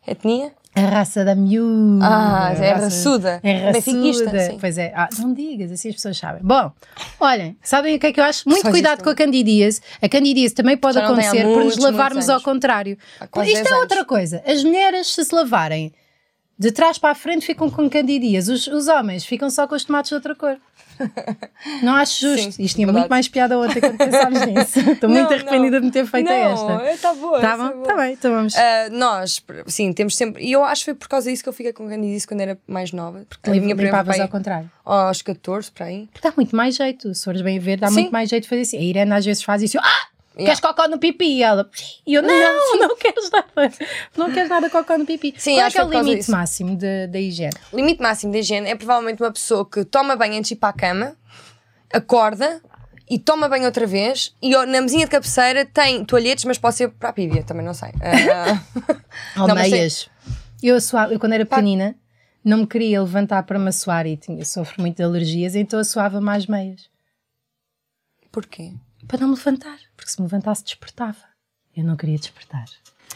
Etnia?
A raça da miúda.
Ah,
A
é raçuda.
É
Benfiquista,
raçuda.
sim.
Pois é. Ah, não digas, assim as pessoas sabem. Bom, olhem, sabem o que é que eu acho? Muito
Só
cuidado
existe um.
com a candidíase. A candidíase também pode
Já não tem há
acontecer por nos
muitos,
lavarmos
muitos
ao
anos.
contrário.
Há quase
Isto
10
é
anos.
outra coisa. As mulheres, se se lavarem de trás para a frente, ficam com candidíase. Os, os homens ficam só com os tomates de outra cor. Não acho justo.
Sim,
Isto tinha
verdade.
muito mais piada ontem quando pensámos nisso. Estou muito
Não,
arrependida de me ter feito
não,
esta.
Está boa.
Tá
essa é
bom?
boa.
Tá bem, então vamos.
Ah, nós, sim, temos sempre. E eu acho que foi por causa disso que eu fiquei com candidíase quando era mais nova. Porque a
Lim-
minha prima
Limpavas
pai,
ao contrário.
aos 14, para aí.
Porque dá muito mais jeito. Se fores bem a ver, dá
Sim.
muito mais jeito de fazer assim. A Irene às vezes faz isso. eu, Ah!
Yeah.
Queres cocó no pipi? E ela. E eu, não, não queres nada. Não queres nada cocó no pipi.
Sim,
Qual é
acho
que é
que é
o
por causa
limite
disso.
máximo de- da higiene?
O limite máximo de higiene é provavelmente uma pessoa que toma banho antes de ir para a cama, acorda e toma banho outra vez e ó, na mesinha de cabeceira tem toalhetes, mas pode ser para a pívia, também não sei. Ah,
Ou
Não, mas tem-
meias. Eu, assoava, eu, quando era pequenina, não me queria levantar para me assoar e tinha, sofro muito de alergias, então assoava mais meias.
porquê?
Para não me levantar. Porque se me levantasse, despertava. Eu não queria despertar.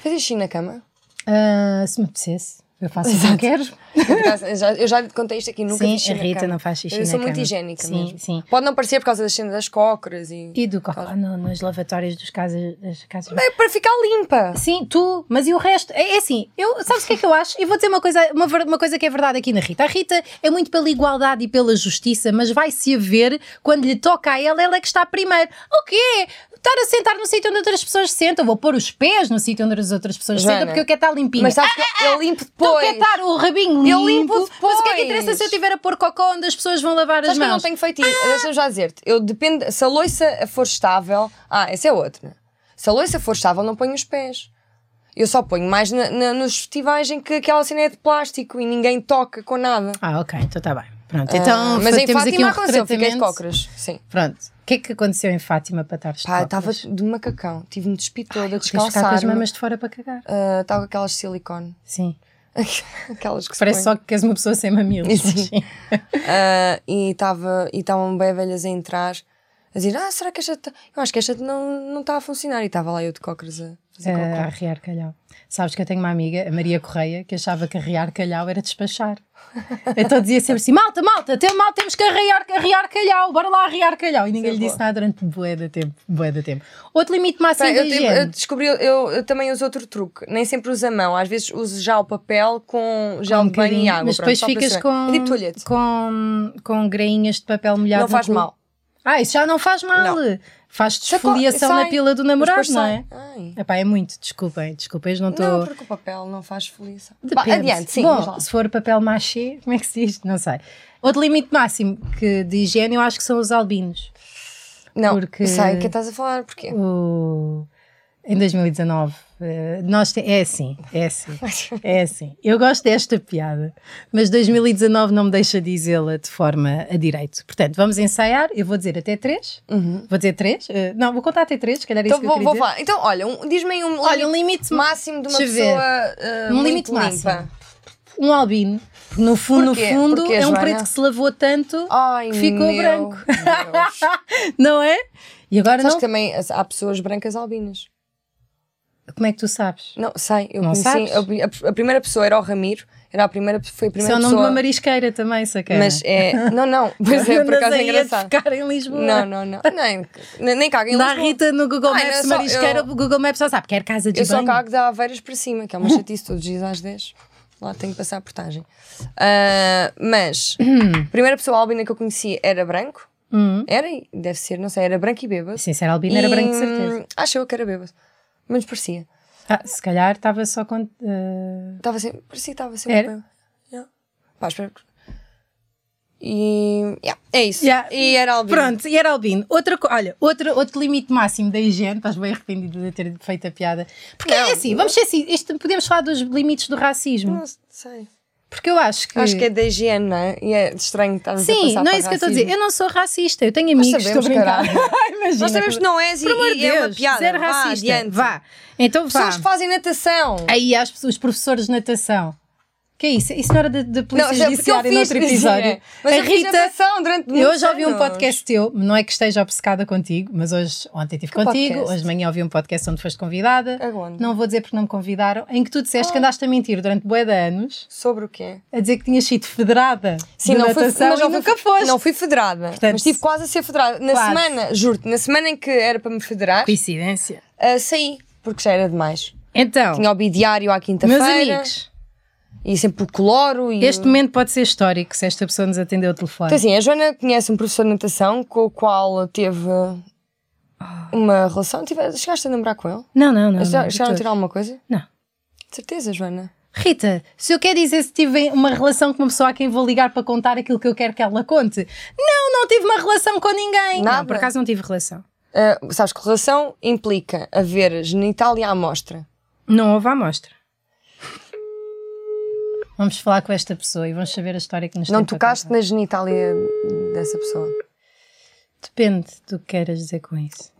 Fazes xixi na cama?
Ah, se me apetecesse. Eu faço o que eu quero.
Por acaso, Eu já, eu já lhe contei isto aqui, nunca
Sim,
fiz xixi
a
na
Rita
cama.
não faz xixi
Eu sou
na
muito
cama.
higiênica
Sim,
mesmo.
sim.
Pode não parecer por causa da cena das cócoras e...
E do cocó no- nas lavatórias dos casas, das casas.
É para ficar limpa.
Sim, tu, mas e o resto? É, é assim, eu, sabes o que é que eu acho? E vou dizer uma coisa, uma, ver- uma coisa que é verdade aqui na Rita. A Rita é muito pela igualdade e pela justiça, mas vai-se a ver quando lhe toca a ela, ela é que está primeiro. O quê? Estar a sentar no sítio onde outras pessoas se sentam, vou pôr os pés no sítio onde as outras pessoas se sentam,
Joana,
porque eu quero estar limpinha.
Mas sabes que eu- eu limpo
tu
depois.
quer estar ah, Então o rabinho limpo,
Eu limpo
mas o que é que
depois.
interessa se eu tiver a pôr cocó onde as pessoas vão lavar as
Sabes que eu não
mãos? Ah!
tenho feito isso. Deixa-me já dizer-te. Eu dependo. Se a loiça for estável. Ah, esse é outro, né? Se a loiça for estável, não ponho os pés. Eu só ponho mais na- na- nos festivais em que aquela cena é de plástico e ninguém toca com nada.
Ah, ok, então está bem. Pronto, então
Ah, mas em
temos aqui um
Fátima aconteceu, fiquei de
retratamento.
cócoras. Sim.
Pronto, o que é que aconteceu em Fátima para estar de
Pá, eu
cócoras?
estava de macacão. Tive-me despido toda,
Tens de ficar com as
descalçar.
mamas de fora para cagar.
Ah, Estava com aquelas de silicone.
Sim.
Aquelas que se
Parece
põem.
só que és uma pessoa sem mamilos.
Sim.
mas Sim.
Ah, e estavam e estavam bem velhas a entrar a dizer, ah, será que esta tá- eu acho que esta não não está a funcionar e estava lá eu de cócoras a fazer
É, a
cócoras.
arriar calhau. Sabes que eu tenho uma amiga, a Maria Correia, que achava que arriar calhau era despachar. Então dizia sempre assim: malta, malta, tem, mal, temos que arriar, arriar calhau, bora lá arriar calhau. E ninguém
Sim, é
lhe disse
boa.
nada durante bué de tempo. Bué de tempo. Outro limite máximo
Pá,
da
eu, tenho- eu
higiene.
descobri, eu, eu também uso outro truque, nem sempre uso a mão, às vezes uso já o papel com gel
Um
de banho e
bocadinho,
água.
mas
pronto,
depois
só para
ficas
saber.
com,
É tipo toalhete.
com, com grainhas de papel molhado.
Não
no
faz
cu.
mal.
Ah, isso já não faz mal. Faz
Sacou-
desfoliação na
sai,
pila do
mas
namorado,
depois
não
sai.
é?
Ai.
Epá, é muito, desculpem, desculpem, eu não estou.
Não, porque o papel não faz feliz.
Depende.
Adiante, sim. vamos lá.
Bom, se for papel machê, como é que se diz? Não sei. Outro limite máximo que de higiene eu acho que são os albinos.
não,
porque-
sei o que estás a falar, porque
O- Em 2019, eh, nós te- é assim, é assim, é assim. Eu gosto desta piada, mas 2019 não me deixa dizê-la de forma a direito. Portanto, vamos ensaiar, eu vou dizer até três, vou dizer três, eh, não, vou contar até três, se calhar é
Uhum. Então
isso que eu
vou,
queria
vou
dizer.
falar. Então, olha, um- diz-me aí um
Olha, um
limite
limite
máximo de uma
deixa ver.
pessoa eh,
Um
muito
limite máximo.
limpa.
um albino. No fundo, no
Porquê?
fundo
Porquê,
é um
Joana?
preto que se lavou tanto
Ai,
que ficou
meu
branco.
Deus.
não é? E agora
Oh. Sabes
não.
que também as- há pessoas brancas albinas.
Como é que tu sabes?
Não, sei, eu
Não
conheci.
sabes?
A, a- a primeira pessoa era o Ramiro, era a primeira, foi a
Isso é
primeira
o nome de uma
pessoa.
marisqueira também, sacana.
mas é. Não, não, pois é, por
Andas
acaso é
aí a
engraçado.
ficar em Lisboa.
Não, não, não. é Nem, nem cago em
Dá a
Lisboa.
Rita no Google
Ai,
Maps
não, só-
marisqueira,
eu-
o Google Maps só sabe, quer casa de
Eu só
banho.
cago da Aveiras para cima, que é uma chatice todos os dias às 10. Lá tenho que passar a portagem. Ah, mas, a primeira pessoa albina que eu conheci era branco.
Hum.
Era, deve ser, não sei, era branco e bêbado.
Sim, se era albino, era
E,
branco de certeza.
hum, Acho eu que era bêbado. Mas parecia.
Ah, se calhar estava só com. eh,
Estava sempre, parecia que estava sempre
Era?
bêbado. Yeah. Pá, espero que- E. yeah, é isso.
Yeah.
E era albino.
Pronto, e era albino. Outra, co- olha, outro, outro limite máximo da higiene, estás bem arrependido de ter feito a piada. Porque
Não.
é assim, vamos ser assim, este, podemos falar dos limites do racismo.
Não sei.
Porque eu acho que.
Acho que é da higiene, não é? E é estranho estarmos a
Sim,
passar
não
para
é isso que eu estou a
racismo.
dizer. Eu não sou racista, eu tenho amigos
sabemos,
estou a brincar.
caralho.
Imagina,
Nós sabemos que não és e,
Pelo amor de
e é uma
Deus,
piada.
zero
vá,
racista.
adiante.
Vá. Então vá. É
Pessoas que fazem natação.
Aí há as pessoas, os professores de natação. Que é isso? Isso não era da da polícia
isso é porque
judiciária noutro episódio.
é. Mas
a
eu fiz
Rita,
natação durante
eu
muitos
hoje ouvi um
anos.
podcast teu, não é que esteja obcecada contigo, mas hoje, ontem estive contigo,
podcast?
hoje de manhã ouvi um podcast onde foste convidada.
Aonde? Ah.
Não vou dizer porque não me convidaram, em que tu disseste que andaste a mentir durante bué de anos,
Sobre o quê?
a dizer que tinhas sido federada
Sim,
de
não fui,
natação
mas
e
não fui-
nunca foste.
Não fui federada,
Portanto,
mas estive quase a ser federada. Na
quase.
semana, juro-te, na semana em que era para me federar,
Coincidência.
ah, saí, porque já era demais.
Então,
Tinha o bidiário à
meus
quinta-feira.
amigos,
E sempre o cloro e...
este momento pode ser histórico se esta pessoa nos atendeu ao telefone.
Então assim, a Joana conhece um professor de natação com o qual teve
Ah.
uma relação. Tive... Chegaste a namorar com ele?
Não, não, não. não,
Já,
de
chegaram a
todo.
tirar alguma coisa?
Não.
De certeza, Joana.
Rita, se eu quero dizer se tive uma relação com uma pessoa a quem vou ligar para contar aquilo que eu quero que ela conte, não, não tive uma relação com ninguém.
Nada.
Não, por acaso não tive relação.
Ah, sabes que relação implica haver genital e à amostra.
Não houve amostra. Vamos falar com esta pessoa e vamos saber a história que nos
Não
tem para
tocaste
contar.
na genitália dessa pessoa.
Depende do que queiras dizer com isso.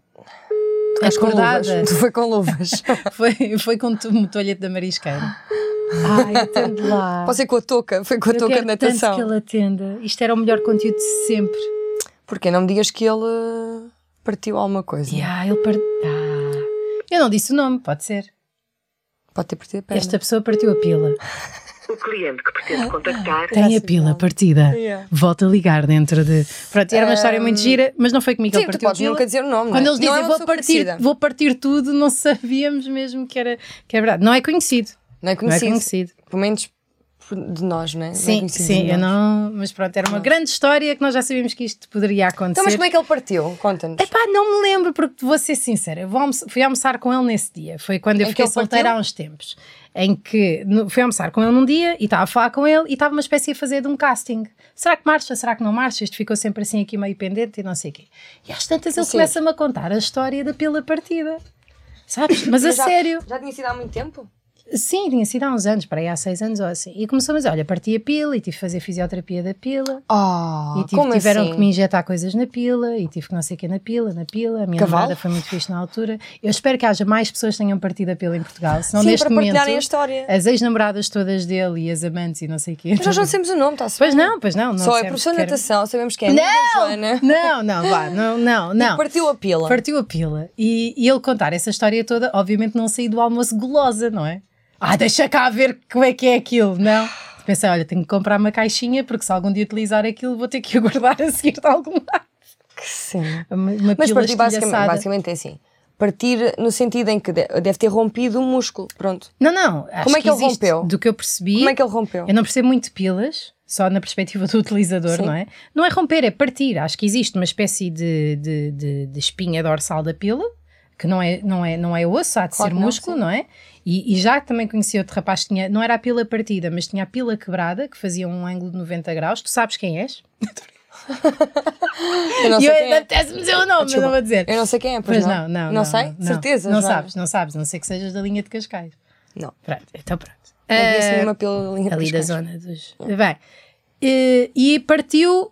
Tocaste com
Acordada.
luvas. Tu foi com luvas.
Foi, foi com tu- o tolhete da marisqueira. Ai, tanto lá.
Pode ser com a touca. Foi com a
eu
touca
quero
de
tanto
natação.
que ele atenda. Isto era o melhor conteúdo de sempre.
Porque não me digas que ele eh, partiu alguma coisa.
Yeah, ele part... Ah. Eu não disse o nome, pode ser.
Pode ter partido a perna.
Esta pessoa partiu a pila.
O cliente que
Ah,
pretende contactar
Tem a pila partida.
Yeah.
Volta a ligar dentro de. Pronto, e era uma história muito gira, mas não foi comigo que
Sim,
ele
tu
partiu.
podes
de pila.
nunca dizer o nome.
Quando
não é?
eles
Não é
dizem
uma
vou,
pessoa
partir,
conhecida.
vou partir tudo, não sabíamos mesmo que era, que era verdade. Não é conhecido.
Não é
Não é
conhecido.
conhecido.
Pelo menos por- de nós, não é? Não é
Sim,
conhecido de
sim, eu
nós.
não. Mas pronto, era uma grande história que nós já sabíamos que isto poderia acontecer.
Ah. Então, mas como é que ele partiu? Conta-nos.
Epá, não me lembro, porque vou ser sincera, eu vou almoçar- fui almoçar com ele nesse dia. Foi quando
Em
eu
que
fiquei
ele partiu?
solteira há uns tempos. Em que no- fui almoçar com ele num dia e estava a falar com ele e estava uma espécie a fazer de um casting. Será que marcha? Será que não marcha? Isto ficou sempre assim aqui meio pendente e não sei o quê. E às tantas ele
Sim.
começa-me a contar a história da pila partida. Sabes? Mas a
já,
sério.
Já tinha sido há muito tempo?
Sim, tinha sido há uns anos, para aí há seis anos ou assim. E começou a dizer: olha, parti a pila e tive que fazer fisioterapia da pila.
Ah,
Oh, E tive- tiveram que me injetar coisas na pila e tive que não sei o que na pila, na pila. A minha
Cavalo?
namorada foi muito fixe na altura. Eu espero que haja mais pessoas que tenham partido a pila em Portugal, senão
Sim,
neste
para
momento
partilharem a história.
as ex-namoradas todas dele e as amantes e não sei o quê.
Mas nós não sabemos o nome, está-se
Pois
bem?
não, pois não. não
Só é
dissemos
professor de
que era-
natação, sabemos quem é. Não! Joana.
Não, não, vá, não, não, não.
Partiu a pila.
Partiu a pila. E, e ele contar essa história toda, obviamente não saí do almoço gulosa, não é? Ah, deixa cá ver como é que é aquilo, não? Pensei, olha, tenho que comprar uma caixinha porque se algum dia utilizar aquilo vou ter que aguardar a seguir de algum lado.
Que cena.
Uma, uma
Mas
pila
partir basicamente,
estilhaçada.
basicamente é assim. Partir no sentido em que de- deve ter rompido o músculo. Pronto.
Não, não. acho
Como é que ele
existe,
rompeu?
Do que eu percebi,
Como é que ele rompeu?
eu não percebo muito de pilas, só na perspectiva do utilizador,
Sim.
não é? Não é romper, é partir. Acho que existe uma espécie de, de, de, de espinha dorsal da pila, que não é, não é, não é osso, há
Claro
de ser
que não,
músculo,
sim.
não, é? E, e já também conheci outro rapaz que tinha, não era a pila partida, mas tinha a pila quebrada, que fazia um ângulo de 90 graus. Tu sabes quem és?
Eu não
e
sei
eu
quem é.
apetece-me dizer o nome, mas
Desculpa.
não vou dizer.
Eu não sei quem é, pois,
Pois não, não.
Não, sei? Certeza,
Não
Joana?
sabes, não sabes, a não sei que sejas da linha de Cascais.
Não.
Pronto, então pronto.
Não
Eh,
conheço nenhuma pila linha de
ali da
pescoço.
zona dos. Bem, eh, e partiu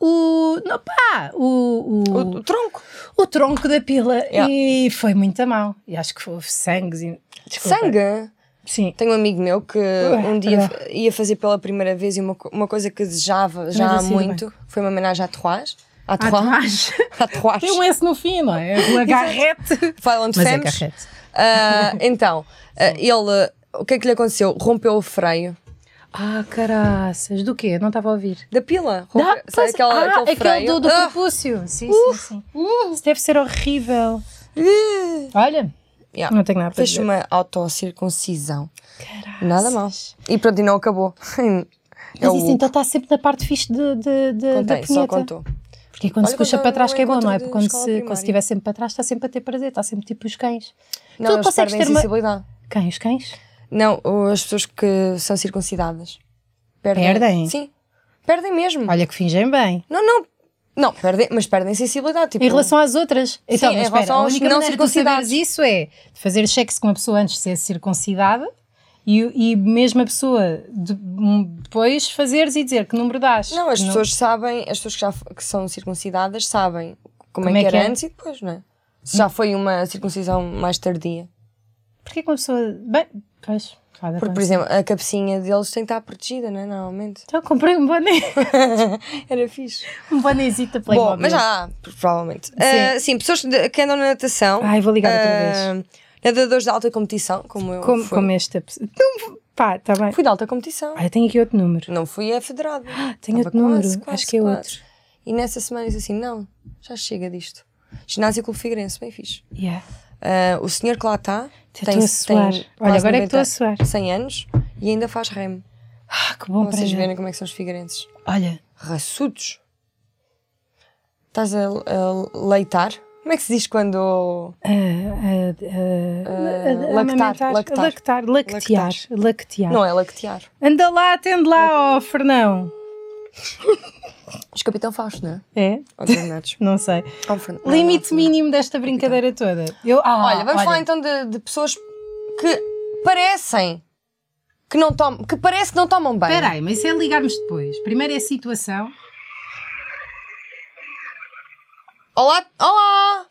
o. Não, pá, o, o,
O, o tronco.
o tronco da pila.
Yeah.
E foi muito mal. E acho que houve sangues. E, desculpa.
Sangue.
Sim.
Tenho um amigo meu que um dia f- ia fazer pela primeira vez e uma, co- uma coisa que desejava já
Mas
há
assim,
muito foi uma homenagem à Trois. À
Há
Trois.
tomás.
À Trois.
Tem um S no fim, não é? Uma garrete.
Falam de
Mas é
Femmes.
garrete.
Ah, então, ah, ele. O que é que lhe aconteceu? Rompeu o freio
Ah, caraças. Do quê? Não estava a ouvir.
da pila. Rompeu,
Dá,
sabe
pois,
aquela-
ah,
aquele freio.
do, do
Ah!
prepúcio. Sim, sim, sim. Isso deve ser horrível.
Uh!
Olha,
Yeah.
não tá, tenho nada para
Fez
dizer.
uma autocircuncisão.
Caraças.
Nada mal. E pronto, e não acabou. É
Mas
o
isso então está sempre na parte fixe de, de, de, da
contém,
punheta.
só contou.
Porque quando
Olha,
se puxa
quando
para trás
eu
que é bom, não é?
encontro de
Porque quando
escola
se, quando se
primária.
estiver sempre para trás está sempre a ter prazer, está sempre tipo os cães.
Não,
tu
eles
consegues
perdem
ter uma-
sensibilidade.
Quem? Os cães?
Não, o- as pessoas que são circuncidadas.
Perdem?
Sim. Perdem mesmo.
Olha que fingem bem.
Não, não. Não, perdem, mas perdem sensibilidade. Tipo,
Em relação às outras, então,
em
mas espera,
relação
a
aos
única
não
maneira de tu saberes
circuncidados.
isso é de fazer sexo com a pessoa antes de ser circuncidada e, e mesmo a pessoa de- um, depois fazeres e dizer que número dás.
Não, as
Que
pessoas sabem, as pessoas que, já, f- que são circuncidadas sabem como, é, que era antes e depois, não é? Se
Hum.
já foi uma circuncisão mais tardia.
Porquê que uma pessoa. Bem, pois, nada
Porque, por
acontece.
exemplo, a cabecinha deles tem que estar protegida, não é? Normalmente.
Então comprei um boné,
Era fixe.
um bonézito a
Bom,
Playmobil.
mas já há, provavelmente. Ah, sim, pessoas de- que andam na natação.
Ai, vou ligar outra
ah, Nadadores de alta competição, como eu.
Como,
fui.
como esta pessoa. Então, pá, está bem.
Fui de alta competição.
Ah, eu tenho aqui outro número.
Não fui a federada.
Ah, tenho
Estava
outro número.
quase, quase,
Acho que é
quase.
outro.
E nessa semana disse assim: não, já chega disto. Ginásio Clube Figueirense, bem fixe.
Yeah.
Ah, o senhor que lá está
Até estou a suar. Olha, agora é que estou a suar.
100 anos e ainda faz remo.
Ah, que bom
Para
para
vocês
ele.
verem como é que são os figueirenses.
Olha,
Raçudos. Estás a, a leitar? Como é que se diz quando.
ah, ah, ah, ah,
Eh, lactar,
amamentar,
lactar.
lactar, lactear, lactear.
Não é lactear.
Anda lá, atende lá, ó Fernão.
Os Capitão Fausto, não é?
É?
Ou dos Bernardos.
Não sei.
Ou Fernando- não,
Limite
não, não.
mínimo desta brincadeira toda. Eu, ah,
Olha, vamos falar então de, de pessoas que parecem que não tomam. que parece que não tomam bem.
Espera aí, mas isso é ligarmos depois. Primeiro é a situação.
Olá! Olá!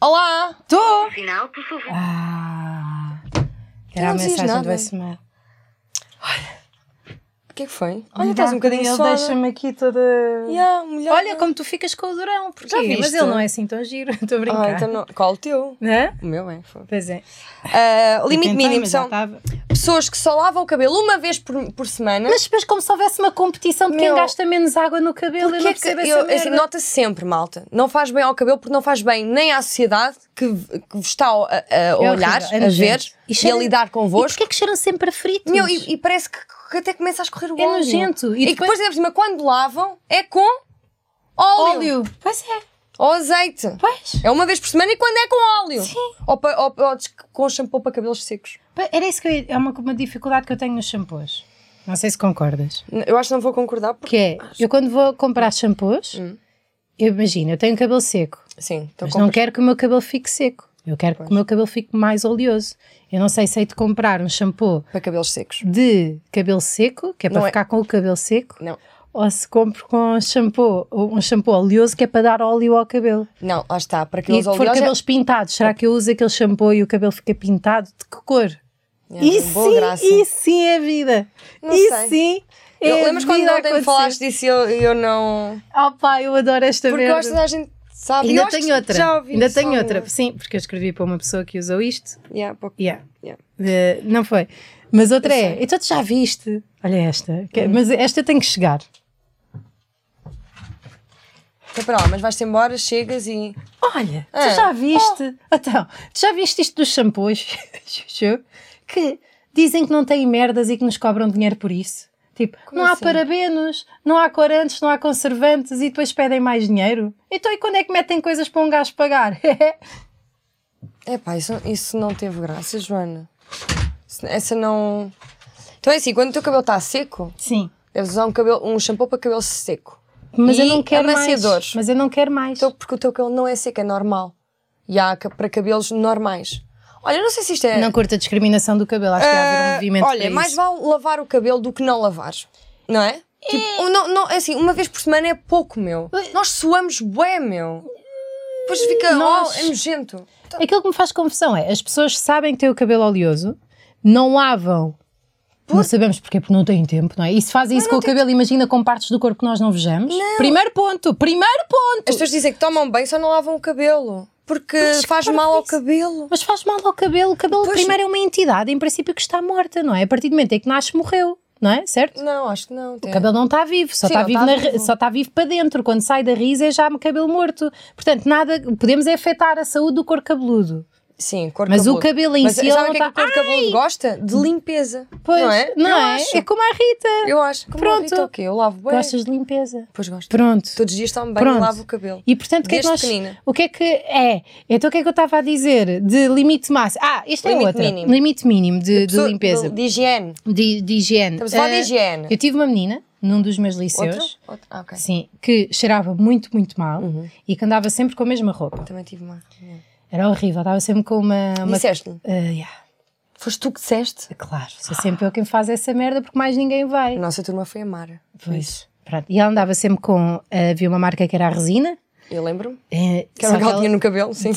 Olá!
Estou!
final, por favor.
Ah,
não
era a
dizias
mensagem do
nada.
SML.
O que é que foi? Olha, estás um bocadinho só.
deixa-me aqui toda.
Yeah, mulher. Ah,
Olha como tu ficas com o durão, porque
Já viste?
mas ele não é assim tão giro, estou
Ah,
a brincar.
então não. Qual o teu?
Hã?
O meu é. foda.
Né? Pois é.
Ah, o limite
Tentei,
mínimo
Então, mas já tá.
são
estava-
pessoas que só lavam o cabelo uma vez por, por semana.
Mas depois, como se houvesse uma competição de quem
Meu,
gasta menos água no cabelo,
Porque
eu não
é que
percebo
eu-
essa merda.
assim, Nota-se sempre, malta. Não faz bem ao cabelo porque não faz bem nem à sociedade que, v- que vos está a, a- a
horrível,
olhar,
é
a
nojento.
ver e,
E
a
cheira-
lidar
E
convosco.
porquê é que cheiram sempre a fritos?
Meu, e, e parece que, que até começa a escorrer o
É
óleo.
nojento.
E,
E é
que depois, ainda por cima, quando lavam, é com óleo,
óleo. Pois é,
ou azeite.
pois.
É uma vez por semana e quando é com óleo. Sim. Ou, pa- ou- ou des- com shampoo para cabelos secos.
Pa- Era isso que eu ia- é uma, uma dificuldade que eu tenho nos shampoos. Não sei se concordas.
N- Eu acho que não vou concordar porque.
Que é, eu quando vou comprar shampoos,
Hum.
eu imagino, eu tenho cabelo seco,
Sim, então
mas
compro-
não quero que o meu cabelo fique seco. Eu quero
Pois.
que o meu cabelo fique mais oleoso. Eu não sei se hei de comprar um shampoo
para cabelos secos.
de cabelo seco, que é para
Não é-
ficar com o cabelo seco,
Não.
ou se compro com shampoo, um shampoo oleoso que é para dar óleo ao cabelo.
Não, lá está. Para
E
cabelos
se for
oleosos. é-
cabelos pintados, será que eu uso aquele shampoo e o cabelo fica pintado? De que cor?
É,
Isso
boa
sim,
graça.
isso sim é vida.
Não
isso
sei.
sim. É
Eu, lembras
vida
quando
a
ontem me
acontecer.
falaste disso e eu, eu não.
Oh pá, eu adoro esta
Porque eu
merda.
acho que toda a gente sabe.
Ainda
Eu acho que
tenho outra.
Já ouvi
Ainda
isso,
tenho
só
outra.
uma-
Sim, porque eu escrevi para uma pessoa que usou isto.
Yeah, pouco.
Yeah.
Yeah.
Eh, não foi. Mas outra
Eu
é.
sei.
Então tu já viste. Olha esta. que- é, Mas esta tem que chegar.
Então, para lá, mas vais-te embora, chegas e.
Olha,
Ah.
tu já viste.
Oh.
Então, tu já viste isto dos shampoos, Chuchu? Que dizem que não têm merdas e que nos cobram dinheiro por isso. Tipo,
Como
não há
assim?
parabenos, não há corantes, não há conservantes e depois pedem mais dinheiro. Então, e quando é que metem coisas para um gajo pagar?
Epá, isso, isso não teve graça, Joana. Isso- Essa não. Então é assim, quando o teu cabelo está seco,
Sim.
deves usar um, cabelo, um shampoo para cabelo seco.
Mas eu
E
não quero
amaciadores.
mais. Mas eu não quero mais.
Então, porque o teu cabelo não é seco, é normal. E há ca- para cabelos normais. Olha, eu não sei se isto é.
Não curto a discriminação do cabelo, acho que há de haver um
Ah,
movimento
Olha,
para
mais
isso.
vale lavar o cabelo do que não lavar, não é? Tipo, um- não, não, é assim, uma vez por semana é pouco, meu. Nós suamos bué, meu. Depois fica,
Nós-
oh, é nojento. Então,
Aquilo que me faz confusão é, as pessoas sabem que têm o cabelo oleoso, não lavam, não sabemos porquê, porque não têm tempo, não é? E se fazem isso com o cabelo, imagina com partes do corpo que nós não vejamos. Primeiro ponto, primeiro ponto!
As pessoas dizem que tomam bem, só não lavam o cabelo. Porque faz mal ao cabelo.
Mas faz mal ao cabelo, o cabelo
Pois-
primeiro é uma entidade, em princípio que está morta, não é? A partir do momento em que nasce, morreu, não é? Certo?
Não, acho que não.
O
tem.
cabelo não está vivo, só
É. Sim,
está
não
vivo,
está
na ri-
vivo.
só está vivo para dentro. Quando sai da risa é já cabelo morto. Portanto, nada podemos é afetar a saúde do corpo cabeludo.
Sim, cor
Mas
cabeludo.
o cabelo em
Mas
si
sabe
ele
o
não
que é que
está.
o cor cabeludo gosta? De limpeza.
Pois,
não é? eu acho.
É como a Rita.
Eu acho. Como
Pronto.
Pronto. Rita, o quê? Eu lavo bem.
Gostas de limpeza.
Pois gosto.
Pronto.
Todos os dias tomo bem
Pronto.
e lavo o cabelo.
E portanto, o que é que
Desde
nós.
pequenina.
O que é que é? Então, o que é que eu estava a dizer de limite máximo? Ah, isto é
Limite
outra.
mínimo.
Limite mínimo de, de
Pessoa-
limpeza,
De higiene.
de, de higiene.
Estamos a falar de
Ah,
higiene.
Eu tive uma menina num dos meus
Outra?
liceus,
Outra? Ah, ok.
sim, que cheirava muito, muito mal
Uhum.
e que andava sempre com a mesma roupa.
Também tive uma. reunião.
Era horrível, estava sempre com uma. uma
Disseste-lhe?
Ah, yeah,
Foste tu que disseste?
claro, sou sempre eu quem faz essa merda porque mais ninguém vai.
A nossa turma foi a Mara.
Pois. Pronto. E ela andava sempre com. ah, havia uma marca que era a resina.
Eu lembro-me.
eh,
Que era
só
o que ela tinha no cabelo, sim.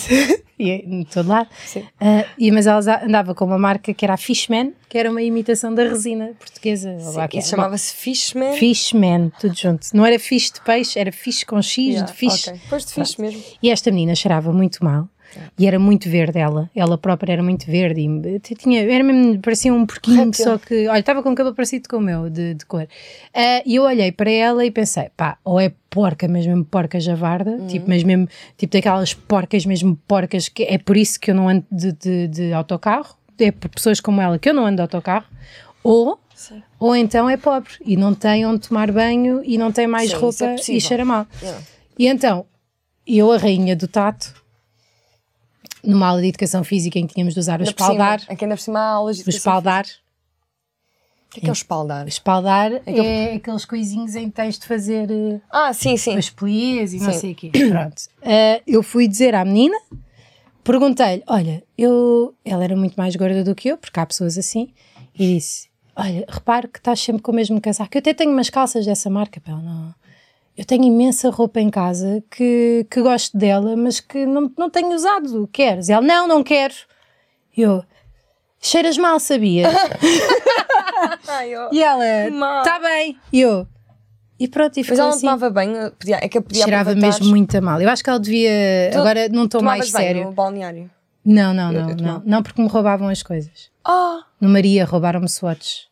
e em todo lado.
Sim.
Ah, e, mas ela za- andava com uma marca que era a Fishman, que era uma imitação da resina portuguesa. ou lá que
Isso
era.
chamava-se Fishman.
Fishman, tudo junto. Não era fish de peixe, era fish com X
Yeah,
de fish.
ok. Pois de fixe mesmo.
E esta menina cheirava muito mal. E era muito verde ela. Ela própria era muito verde. E t- tinha, era mesmo, parecia um porquinho,
Réptil.
só que... Olha, estava com o cabelo parecido com o meu, de, de cor. Ah, e eu olhei para ela e pensei, pá, ou é porca, mas mesmo porca javarda.
Uhum.
Tipo, mas mesmo, tipo daquelas porcas, mesmo porcas. que É por isso que eu não ando de, de, de autocarro. É por pessoas como ela que eu não ando de autocarro. Ou...
Sim.
Ou então é pobre e não tem onde tomar banho e não tem mais
Sim, isso
roupa
é
e
possível.
cheira mal.
Yeah.
E então, eu, a rainha do tato, numa aula de educação física em que tínhamos de usar o
Ainda por cima-
espaldar,
Aqui ainda por cima há aulas de
o
educação.
espaldar,
O que é que é o espaldar?
o espaldar
Aquele-
é aqueles coisinhos em que tens de fazer eh,
Ah, sim, sim.
as pliés e não
Sim.
sei o quê. Pronto. Eh, eu fui dizer à menina, perguntei-lhe, olha, eu, ela era muito mais gorda do que eu, porque há pessoas assim, e disse, olha, reparo que estás sempre com o mesmo casaco. Eu até tenho umas calças dessa marca, pá, não... Eu tenho imensa roupa em casa que, que gosto dela, mas que não, não tenho usado. Queres? Ela, não, não quero. Eu, Cheiras mal, sabias?
Ai, Ah, eu...
e ela,
Que mal.
está bem. E eu, e pronto, e
Mas
ficou
ela não
assim.
tomava banho, podia, é que eu podia
Cheirava
aproveitar.
mesmo muito a mal. Eu acho que ela devia.
Tu
agora não estou
Tomavas
mais
banho
sério.
no balneário.
Não, não,
Eu- eu
não, não.
tomava.
Não, porque me roubavam as coisas.
Ah,
No Maria roubaram-me swatches.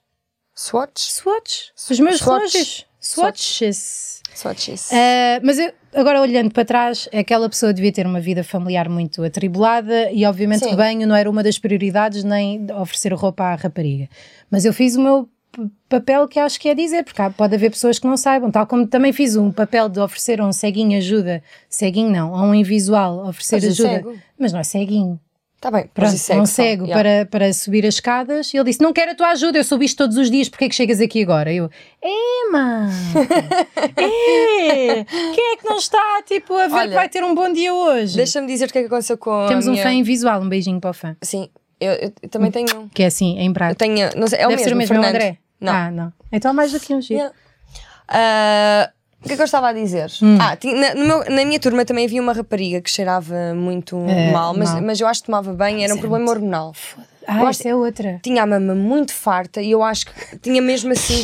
swatch?
Swatches? Os meus
Swatches.
relógios. Swatches.
Swatch isso.
Ah, mas eu- agora olhando para trás, aquela pessoa devia ter uma vida familiar muito atribulada e obviamente
Sim.
o banho não era uma das prioridades nem oferecer roupa à rapariga. Mas eu fiz o meu p- papel que acho que é dizer, porque há- pode haver pessoas que não saibam, tal como também fiz um papel de oferecer a um ceguinho ajuda, ceguinho não, a um invisual oferecer
Mas é
ajuda,
cego.
mas não é ceguinho.
Tá bem,
Pronto,
mas isso é
não
que são,
cego
yeah.
para, para subir as escadas. E ele disse: Não quero a tua ajuda, eu sou isto todos os dias, porque é que chegas aqui agora? Eu, Ema! é, quem é que não está tipo, a ver
Olha,
que vai ter um bom dia hoje?
Deixa-me dizer o que é que aconteceu com a
Temos um
minha-
fã invisual, um beijinho para o fã,
Sim, eu, eu- eu também tenho um.
que é assim, em
Eu
prato.
tenho, não sei, é o
Deve
mesmo,
ser o mesmo, é o
Fernando.
André?
Não.
Ah, não. Então mais do que um giro.
Yeah. Ah, o que é que eu estava a dizer?
Hum.
Ah, tinha- na, no meu- na minha turma também havia uma rapariga que cheirava muito
É,
mal, mas,
mal.
mas eu acho que tomava bem, era um problema hormonal.
Ah,
Eu
essa é outra.
Tinha a mama muito farta e eu acho que tinha mesmo assim,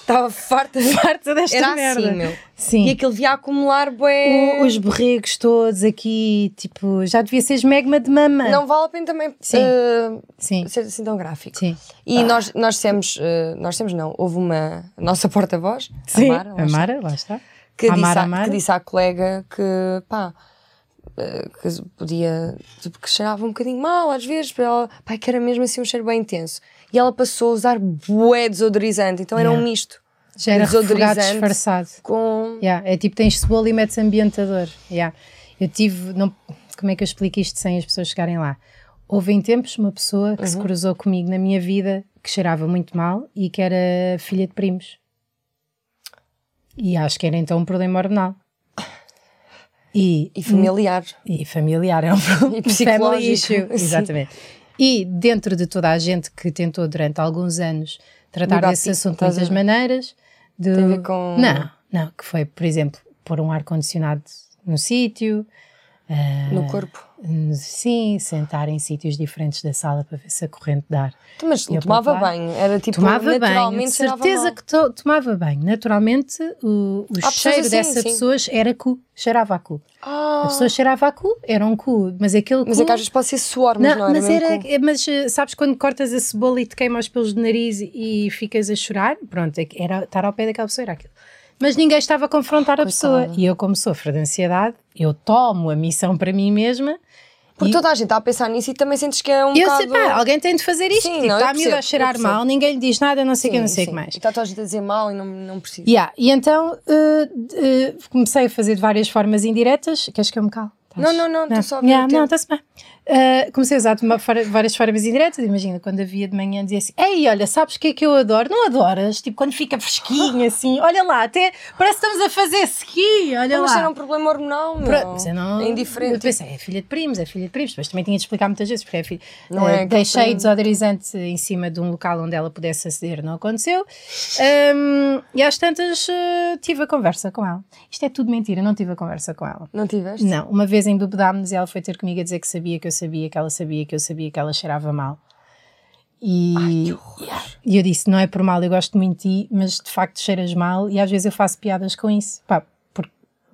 estava farta.
Farta desta
Era
merda.
assim, meu.
Sim.
E aquilo via acumular, bué.
O- os borregos todos aqui, tipo, já devia ser esmegma de mama.
Não vale a pena também
Sim.
ah,
Sim,
ser assim tão gráfico.
sim.
E nós, nós temos, eh, nós temos não, houve uma a nossa porta-voz,
Sim.
a Mara, lá está,
Amara, lá está.
que,
a Mara,
disse
a
à,
Mara.
que disse à colega que pá, eh, que podia, tipo, que cheirava um bocadinho mal às vezes, para ela, pá, que era mesmo assim um cheiro bem intenso. E ela passou a usar bué desodorizante, então era um
Yeah.
misto
Já era refogado
Desodorizante.
disfarçado.
com...
Yeah, é tipo, tens cebola e metes ambientador. Yeah. Eu tive. Não, como é que eu explico isto sem as pessoas chegarem lá? Houve em tempos uma pessoa que se cruzou comigo na minha vida que cheirava muito mal e que era filha de primos. E acho que era então um problema hormonal. E,
e familiar.
e familiar, é um problema.
psicológico,
Family issue.
sim.
Exatamente. E dentro de toda a gente que tentou durante alguns anos tratar
Mudar
desse
de-
assunto de
estás a
muitas
ver?
maneiras. do-
Tem a ver com-
Não, não, que foi, por exemplo, pôr um ar-condicionado no sítio,
No corpo.
hum, sim, sentar em sítios diferentes da sala para ver se a corrente dar.
Então, Mas
E a
tomava
popular?
banho, era tipo
Tomava bem,
naturalmente
de
cheirava
certeza
mal.
que to- tomava bem. Naturalmente, o, o
Há pessoas
cheiro
assim, sim.
dessa pessoa era cu, cheirava a cu.
Ah,
A pessoa cheirava a cu, era um cu, mas aquele
mas
cu
é que às vezes pode ser suor, mas não, era
Hum? mas
mesmo
era-
com-
é, mas eh, sabes quando cortas a cebola e te queima os pelos do nariz e ficas a chorar? Pronto, é que era estar ao pé daquela pessoa, era aquilo. Mas ninguém estava a confrontar a
Coitada.
pessoa. E eu, como sofro de ansiedade, eu tomo a missão para mim mesma.
Porque
e-
toda a gente está a pensar nisso e também sentes que é um
eu
bocado...
sei, pá, alguém tem de fazer isto.
Sim,
tipo,
não, eu
está a miúda
percebo,
a
eu
cheirar
percebo.
mal, ninguém lhe diz nada, não sei o que, não
Sim,
sei o que
sim.
mais.
E Está toda a gente a dizer mal e não, não precisa.
Yeah, e então eh, eh, comecei a fazer de várias formas indiretas. Queres que eu me cale? Estás-
Não, não, não, estou só a ver o
Yeah, não,
tempo.
está-se bem. Eh, comecei a usar de uma for- várias formas indiretas. Imagina, quando havia de manhã, dizia assim: Ei, olha, sabes o que é que eu adoro? Não adoras? Tipo, quando fica fresquinho assim, olha lá, até parece que estamos a fazer ski, olha
Ah, mas
lá.
era um problema hormonal, meu.
Pronto, mas eu não-
É
Eu
indiferente.
pensei, é filha de primos, é filha de primos. Depois também tinha de explicar muitas vezes, porque é filha.
Não
Eh,
é aquele
deixei
primo.
desodorizante em cima de um local onde ela pudesse aceder, não aconteceu. Ahm, e às tantas eh, tive a conversa com ela. Isto é tudo mentira, não tive a conversa com ela.
Não tiveste?
Não, uma vez embebedámos e ela foi ter comigo a dizer que sabia, que eu sabia, que ela sabia, que eu sabia, que ela cheirava mal. E, e eu disse: Não é por mal, eu gosto muito de ti, mas de facto cheiras mal e às vezes eu faço piadas com isso. Pá, porque,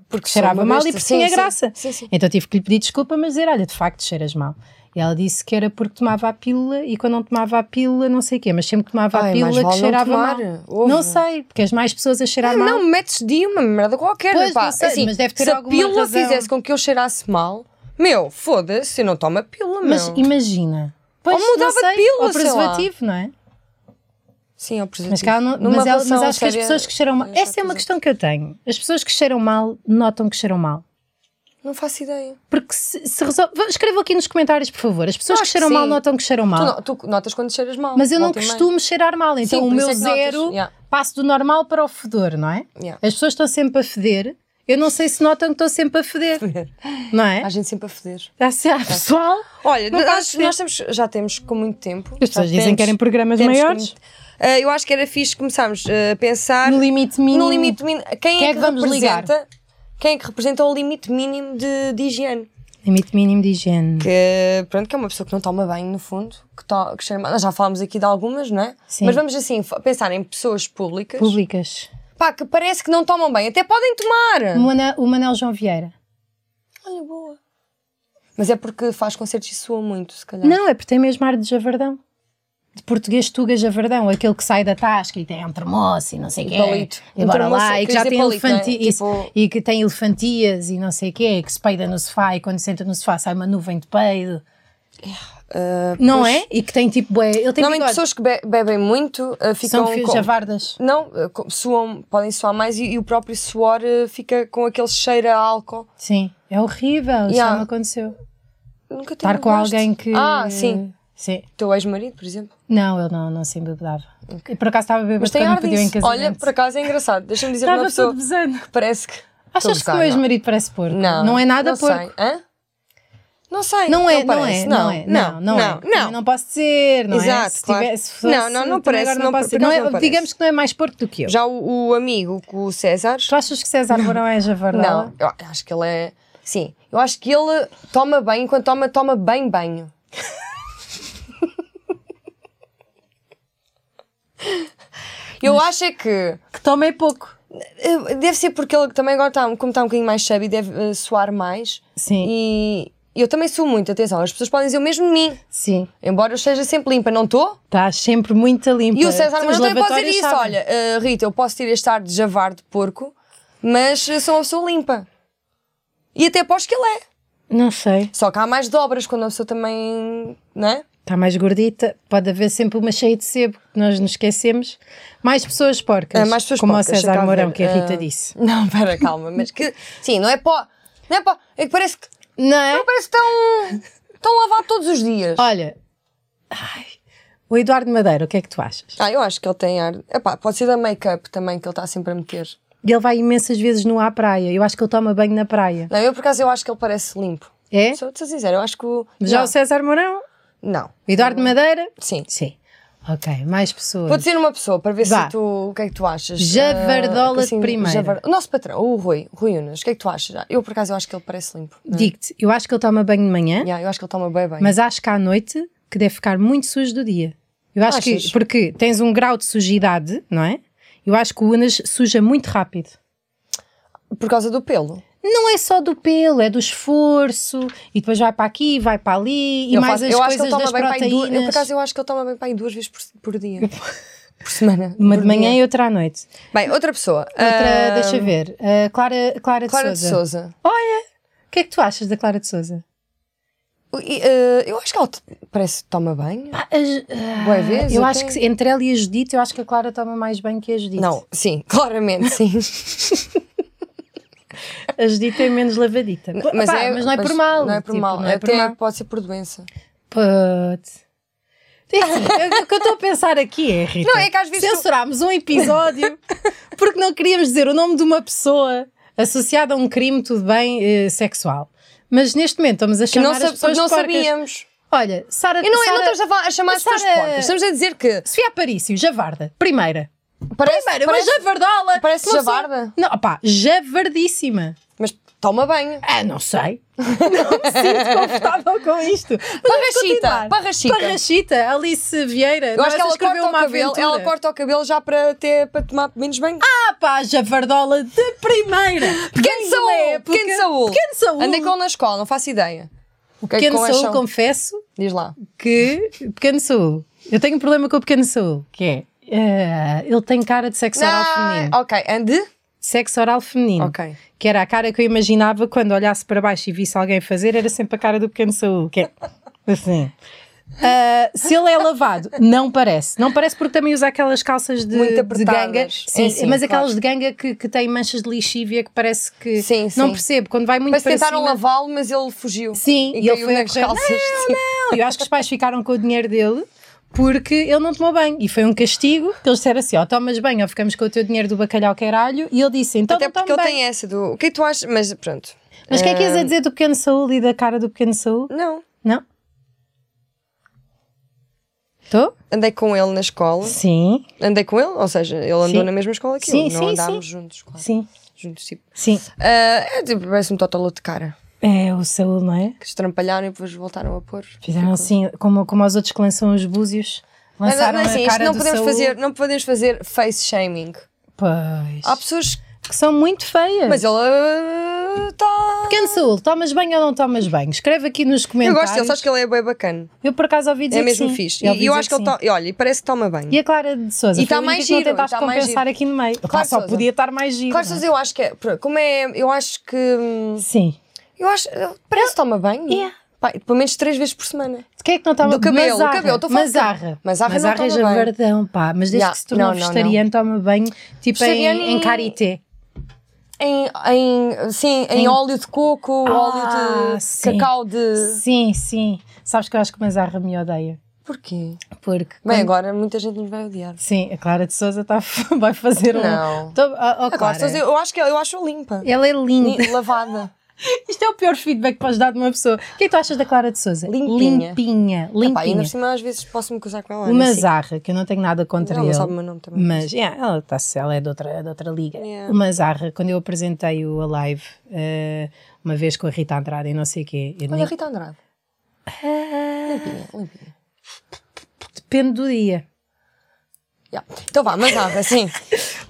porque
Sou uma
cheirava mal e
besta.
porque
Sim,
tinha
sim.
graça.
Sim, sim.
Então tive que lhe pedir desculpa, mas dizer: Olha, de facto cheiras mal. E ela disse que era porque tomava a pílula e quando não tomava a pílula, não sei o quê, mas sempre que tomava a
Ai, mais
pílula
vale
que
não
cheirava
tomar.
mal.
Ouve.
Não sei, porque as mais pessoas a cheirar mal.
Não, metes de uma merda qualquer,
Pois,
pá.
não sei,
assim,
mas deve ter
se a
alguma
pílula
razão.
fizesse com que eu cheirasse mal, meu, foda-se, eu não tomo a pílula,
Mas
meu.
imagina.
Ou mudava de
não sei,
pílula,
ou
sei lá.
preservativo, não é?
Sim, é o presente.
Mas, cá não,
Numa
mas, ela- mas
relação
acho que as
séria,
pessoas que cheiram mal.
eu já
Essa é uma
presente.
questão que eu tenho. As pessoas que cheiram mal notam que cheiram mal.
Não faço ideia.
Porque se, se resolve. vá, Escreva aqui nos comentários, por favor. As pessoas
Acho
que cheiram
que
mal
sim.
notam que cheiram
Tu,
mal.
no- tu notas quando cheiras mal.
Mas eu não
volta e meia.
costumo cheirar mal. Então
Sim,
o
por isso
meu
é que notas,
zero
yeah.
passo do normal para o fedor, não é?
Yeah.
As pessoas estão sempre a feder. Eu não sei se notam que estou sempre a feder. não é?
Há gente sempre a foder.
Há se- há pessoal.
Olha,
Não
nós,
faz
nós temos, já temos com muito tempo.
As pessoas dizem que querem programas maiores.
Eh, eu acho que era fixe começarmos eh, a pensar
No limite mínimo.
no limite mínimo. Quem, é
Quem é
que,
que vamos
representa? Quem é que representa o limite mínimo de, de higiene?
Limite mínimo de higiene.
que pronto, que é uma pessoa que não toma banho no fundo, que, to, que cheira mal. Nós já falámos aqui de algumas, não é?
Sim.
Mas vamos assim, fa- pensar em pessoas públicas,
Públicas.
pá, que parece que não tomam banho, até podem tomar.
O Manel, o Manel João Vieira.
Olha, boa. Mas é porque faz concertos e sua muito, se calhar.
Não, é porque tem mesmo ar de Javardão. De português Tuga Javardão, aquele que sai da tasca e tem um termoço e não sei o quê.
palito.
E
Um
bora
termoço,
lá, e que
queres
já
dizer
tem
palito, não é?
elefanti-
Tipo-
e que tem elefantias e não sei o quê, que se peida no sofá e quando senta no sofá sai uma nuvem de peido. não é? E que tem tipo. bué- Ele tem
É, eh, Normalmente
bigode.
pessoas que be- bebem muito eh, ficam
São fios
com-
javardas.
Não, eh, co- suam, podem suar mais e, e o próprio suor eh, fica com aquele cheiro a álcool.
Sim, é horrível. Isso
Yeah.
já me aconteceu.
Nunca tive um
Estar com
gosto.
alguém que.
Ah, sim.
Sim.
O teu ex-marido, por exemplo.
Não, ele não, não se embebedava. Eu, Por acaso estava a beber
Mas tem
quando
ar
me pediu em
disso.
casamento.
Olha, por acaso é engraçado. Deixa-me dizer uma
Estava
pessoa
todo besando.
que parece que... Estou a
Achas que o
gozar,
meu
não.
ex-marido parece porco?
Não.
é nada
não
porco.
Sei. Hã? Não sei.
Não é, não,
parece.
é, não, é, não, não, é.
não.
Também Não posso dizer, não é?
Exato,
Se
claro.
tivesse- se
Não,
fosse,
não, não
também
parece,
agora
não,
posso
por
dizer.
acaso
é-
não parece.
Digamos que não é mais porco do que eu.
Já o, o amigo, com o César...
Tu achas que César Mourão é javardola?
Não, eu acho que ele é... Sim, eu acho que ele toma banho, quando toma, toma bem banho. Eu acho é que
Que toma é pouco.
eh, deve ser porque ele também agora está, um- como está um bocadinho mais chubby, deve eh, suar mais.
Sim,
E eu também suo muito, atenção, as pessoas podem dizer o mesmo de mim,
sim.
embora eu esteja sempre limpa, não estou?
Estás sempre muito limpo.
E o César Mourão também pode dizer
lavatórios
isso.
sabem.
Olha, eh, Rita, eu posso ter este ar de javar de porco, mas eh, sou uma pessoa limpa. E até aposto que ele é.
Não sei.
Só que há mais dobras quando a pessoa também. Não é?
Está mais gordita. Pode haver sempre uma cheia de sebo. que Nós nos esquecemos. Mais pessoas porcas.
É, mais pessoas
como
porcas,
o César
deixa cá
Mourão,
ver.
que a Rita
Ah,
disse.
Não, pera, calma. Mas que. Sim, não é pó. Não é pó. É que parece que.
Não é?
Não parece que estão. Estão a lavar todos os dias.
Olha. ai, O Eduardo Madeira, o que é que tu achas?
Ah, eu acho que ele tem ar. Epá, pode ser da make-up também que ele está sempre a meter.
Ele vai imensas vezes nu à praia. Eu acho que ele toma banho na praia.
Não, eu por acaso eu acho que ele parece limpo.
É?
Sou de ser sincera, eu acho que o.
Mas Já
não.
o César Mourão?
Não.
O Eduardo Madeira?
Sim.
Sim. Ok, mais pessoas.
Vou dizer uma pessoa para ver
Vá.
se tu. O que é que tu achas?
Javardola
Ah,
de primeira.
O nosso patrão, o Rui, Rui Unas, o que é que tu achas? Eu por acaso eu acho que ele parece limpo. não é?
Digo-te, eu acho que ele toma banho de manhã,
Yeah, eu acho que ele toma bem bem.
mas acho que à noite que deve ficar muito sujo do dia. Eu acho
Achas?
que, porque tens um grau de sujidade, não é? Eu acho que o Unas suja muito rápido.
Por causa do pelo.
Não é só do pelo, é do esforço, e depois vai para aqui, vai para ali, e
eu
mais
faço-
as
eu acho que
coisas
ele toma
das
bem para aí duas. Eu por
proteínas.
acaso eu acho que ele toma bem para aí duas vezes por, por dia. por semana.
Uma
por
de manhã
dia.
e outra à noite.
Bem, outra pessoa.
Outra,
Ah,
deixa ver, a Clara, Clara de
Clara de
Souza.
Souza.
O que é que tu achas da Clara de Souza?
E, ah, eu acho que ela t- parece que toma banho. Boa vez,
Ah, eu
até.
acho que se- entre ela e a Judite, eu acho que a Clara toma mais banho que a Judite.
Não, sim, claramente, sim.
A Judite é menos lavadita. Pô,
mas,
pá,
é,
mas não é por
mas
mal.
Não é por
tipo,
mal.
Não é por
Até
mal.
pode ser por doença.
Put. É assim, o que eu estou a pensar aqui é, Rita,
Não, é que às vezes tu-
censurámos um episódio porque não queríamos dizer o nome de uma pessoa associada a um crime, tudo bem, eh, sexual. Mas neste momento estamos a
Que
chamar
não,
as
sab-
pessoas
não
de porcas.
sabíamos.
Olha, Sara...
E não, é- não
Sara-
estamos a, falar- a chamar as
Sara-
pessoas porcas. Estamos a dizer que
Sofia Aparício, Javarda, primeira.
parece,
Primeira,
parece-
uma javardola.
parece
Uma pessoa-
javarda.
Não, opá, javardíssima.
mas toma banho.
Ah, não sei. Não me sinto confortável com isto. Vamos
Parrachita,
continuar.
parrachita.
Parrachita, Alice Vieira.
Eu acho que ela
escreveu
corta o
uma
cabelo,
aventura.
ela corta o cabelo já para ter para tomar menos banho.
Ah pá, javardola de primeira.
pequeno
Bem da
Saúl,
época.
pequeno Saúl.
Pequeno Saúl.
Andei com ele na escola, não faço ideia. O que
Pequeno
é que
Saúl,
acham?
confesso
Diz lá.
que... Pequeno Saúl. Eu tenho um problema com o Pequeno Saúl, que é... eh, ele tem cara de sexo oral
Não,
feminino.
Ah, Ok, ande?
Sexo oral feminino.
Ok.
que era a cara que eu imaginava quando olhasse para baixo e visse alguém fazer, era sempre a cara do pequeno Saúl, que é assim. Ah, se ele é lavado, não parece. Não parece porque também usa aquelas calças de,
Muito
de ganga.
apertadas. Sim,
Sim,
sim,
mas
claro.
aquelas de ganga que, que têm manchas de lixívia que parece que.
Sim,
Não
sim.
percebo. Quando vai muito
Mas
para
tentaram
cima.
lavá-lo, mas ele fugiu.
Sim,
e,
e ele
caiu
foi a
nas
correr.
calças. Sim.
Não, eu acho que os pais ficaram com o dinheiro dele porque ele não tomou banho. E foi um castigo que eles disseram assim: ó, tomas banho ou ficamos com o teu dinheiro do bacalhau caralho. E ele disse: então
Até
não
porque
tomo
ele
banho.
tem essa do. O que é que tu achas? Mas pronto.
Mas o que é que ias a dizer do pequeno Saúl e da cara do pequeno Saúl?
Não.
Não? Estou?
Andei com ele na escola.
Sim,
Andei com ele, ou seja, ele andou
Sim.
na mesma escola que
Sim,
eu. Não
sim,
andámos juntos, claro.
sim,
Juntos, tipo.
sim.
Ah, é tipo, parece um totolo de cara.
É o Saúl, não é?
Que estrampalharam e depois voltaram a pôr.
Fizeram
Ficou-
assim, como, como aos outros que lançam os búzios.
Mas,
Lançaram
mas, assim,
a
isto
cara
não
do
podemos
Saúl.
fazer, não podemos fazer face shaming.
Pois.
Há pessoas
que são muito feias.
Mas ah, ele está.
Pequeno Saúl, tomas banho ou não tomas banho? Escreve aqui nos
Eu
comentários.
gosto dele, sabes que ele é bem bacana.
Eu por acaso ouvi dizer
É mesmo
que sim.
fixe.
Eu ouvi
E eu
dizer
acho que ele
sim.
está. E olha, e parece que toma bem.
E é a Clara de Souza?
E tá mais giro,
Não tentaste
e tá mais
compensar aqui no meio. Claro, só
Sousa.
podia estar mais giro.
Claro,
não é?
Sousa, eu acho que é. Como é. Eu acho que. hum,
Sim.
Eu acho. eh, Parece que toma bem.
Yeah.
Pá, pelo menos três vezes por semana.
De que é que não estava
Do cabelo, o
Mazarra.
cabelo, estou a falar de
Mazarra.
cabelo. Mazarra não
é
toma banho.
javardão, pá. Mas desde
Yeah,
que se tornou
não, não, não.
vegetariano, toma banho, tipo
Vegetariano
em, em
e-
karité.
Em. em sim, em,
Em-
óleo de coco,
Ah,
óleo de
sim.
cacau de.
Sim, sim. Sabes que eu acho que Mazarra me odeia.
Porquê?
Porque.
Bem,
quando-
agora muita gente nos vai odiar.
Sim, a Clara de Souza tá, vai fazer um.
Não.
Tô- ó, ó,
A
Clara,
Clara Sousa, eu acho que eu acho limpa.
Ela é linda.
Lim- Lavada.
Isto é o pior feedback que podes dar de uma pessoa. O que é que tu achas da Clara de Souza?
Limpinha.
Limpinha.
Pá, ainda
limpinha.
por cima às vezes posso-me casar com ela. não
Uma
sei.
zarra, que eu não tenho nada contra
Ela não
ele.
sabe o meu nome também.
Mas yeah, ela, tá, ela é de outra, é de outra liga.
Yeah.
Uma zarra, quando eu apresentei o Alive eh, uma vez com a Rita Andrade e não sei o quê, eu
Olha,
nem-
Rita Andrade. Limpinha, limpinha.
depende do dia.
Ya. Então vá, mas nada, sim.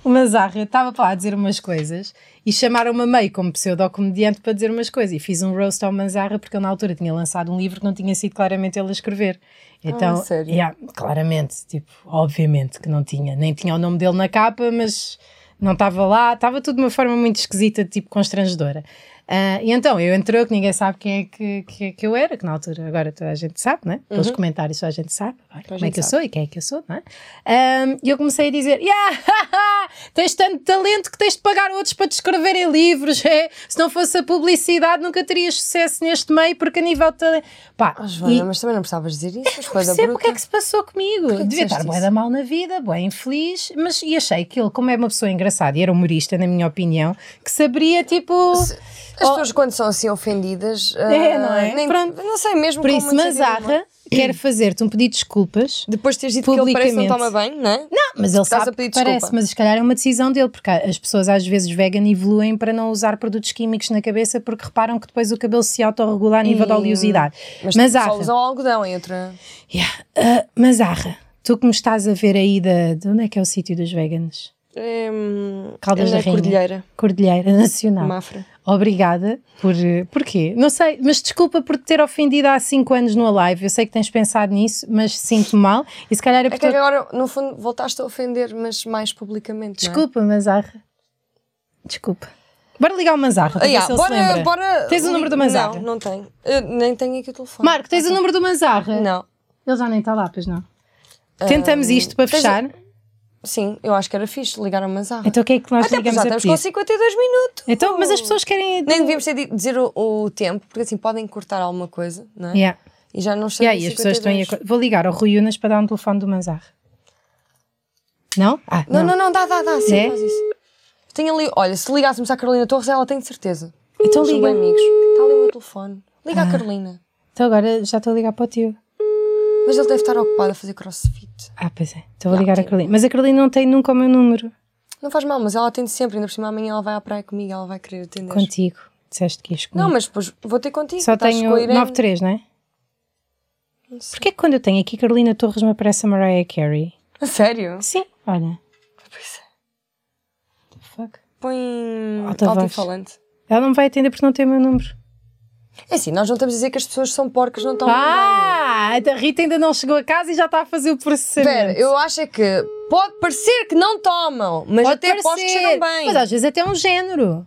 Uma zarra, ah, eu estava para lá a dizer umas coisas e chamaram-me a meio como pseudocomediante para dizer umas coisas. E fiz um roast ao Manzarra porque eu na altura tinha lançado um livro que não tinha sido claramente ele a escrever. Então,
Ah, a sério?
yeah, claramente, tipo, obviamente que não tinha. Nem tinha o nome dele na capa, mas não estava lá. Estava tudo de uma forma muito esquisita, tipo constrangedora. Ah, e então, eu entrou que ninguém sabe quem é que, que, que eu era, que na altura agora toda a gente sabe, né? Pelos comentários toda a gente sabe agora, como é
Uhum. gente
que eu
sabe.
sou e quem é que eu sou, não é? Ahm, e eu comecei a dizer: yeah, tens tanto talento que tens de pagar outros para te escreverem livros. é? Se não fosse a publicidade, nunca terias sucesso neste meio, porque a nível de talento. Pá,
Ah,
e-
Joana, mas também não precisavas dizer isso, mas coisa
percebo o
bruta.
que é que se passou comigo.
que
Devia
disseste
estar bué
isso?
da mal na vida, bué infeliz, mas e achei que ele, como é uma pessoa engraçada e era humorista, na minha opinião, que saberia tipo.
As pessoas quando são assim ofendidas...
É,
ah,
não é?
Nem,
Pronto.
Não é? sei, mesmo
Por
com
isso,
uma iniciativa humana.
Mazarra, quero fazer-te um pedido de desculpas.
Depois de teres dito que ele parece que não toma
Publicamente.
banho, não é?
Não, mas ele
Estás
sabe
a pedir
que parece,
desculpa.
mas se calhar é uma decisão dele, porque as pessoas às vezes vegan evoluem para não usar produtos químicos na cabeça porque reparam que depois o cabelo se autorregula a nível da oleosidade.
Hum, Mas,
Mas
só
arra,
usam algodão em outra...
yeah, ah, mas arra, tu que me estás a ver aí da, de onde é que é o sítio dos veganos?
É, hum,
Caldas
é
da
na
Rainha. Tá.
Cordilheira,
Cordilheira Nacional.
Mafra.
Obrigada por. eh, Porquê? Não sei, mas desculpa por te ter ofendido há 5 anos numa live. Eu sei que tens pensado nisso, mas sinto mal. E se calhar é
É
porque.
que agora, no fundo, voltaste a ofender, mas mais publicamente, não é?
Desculpa, Mazarra. Desculpa. Bora ligar o Mazarra.
Ah,
para ver
yeah,
se ele se
bora,
lembra.
bora...
Tens o número do Manzarra?
Não, não tenho. Eu nem tenho aqui o telefone.
Marco, tens o número do Mazarra?
Não. Ah,
Ele já nem está lá, pois não. Tentamos isto para
tens-
fechar.
Sim, eu acho que era fixe ligar a Mazarra.
Então o que é que nós
Até porque
ligamos
já
a
estamos
pedir?
com 52 minutos.
Então, mas as pessoas querem.
Nem devíamos ter de dizer o, o tempo, porque assim podem cortar alguma coisa, não é?
Yeah.
E já não estamos
Yeah,
em
e as pessoas estão aí a...
52.
co- Vou ligar ao Rui Unas para dar um telefone do Mazarra. Não? Ah,
Não, não, não, dá, dá, dá, sim,
É?
faz isso. Tenho ali, olha, se ligássemos à Carolina Torres, ela tem de certeza.
Então
São
liga.
bem amigos. Está ali o meu telefone. Liga à Carolina.
Então agora já estou a ligar para o tio.
Mas ele deve estar ocupado a fazer crossfit.
Ah, pois é. Então vou
Já,
ligar a
tio.
Carolina. Mas a Carolina não tem nunca o meu número.
Não faz mal, mas ela atende sempre, ainda por cima amanhã ela vai à praia comigo, ela vai querer atender.
Contigo. Disseste que ias comigo.
Não, mas depois vou ter contigo.
Só
estás
tenho
com a Irene.
9-3, não é?
Não sei.
Porquê que quando eu tenho aqui Carolina Torres me aparece a Mariah Carey?
A sério?
Sim, olha.
Pois é.
What the fuck?
Põe
Altavoz.
alto-falante.
Ela não vai atender porque não tem o meu número.
É assim, nós não estamos a dizer que as pessoas são porcas, não estão
Ah, a Rita ainda não chegou a casa e já está a fazer o processamento.
Espera, eu acho é que pode parecer que não tomam, mas
Pode
até posso que cheiram bem.
Mas às vezes até é um género.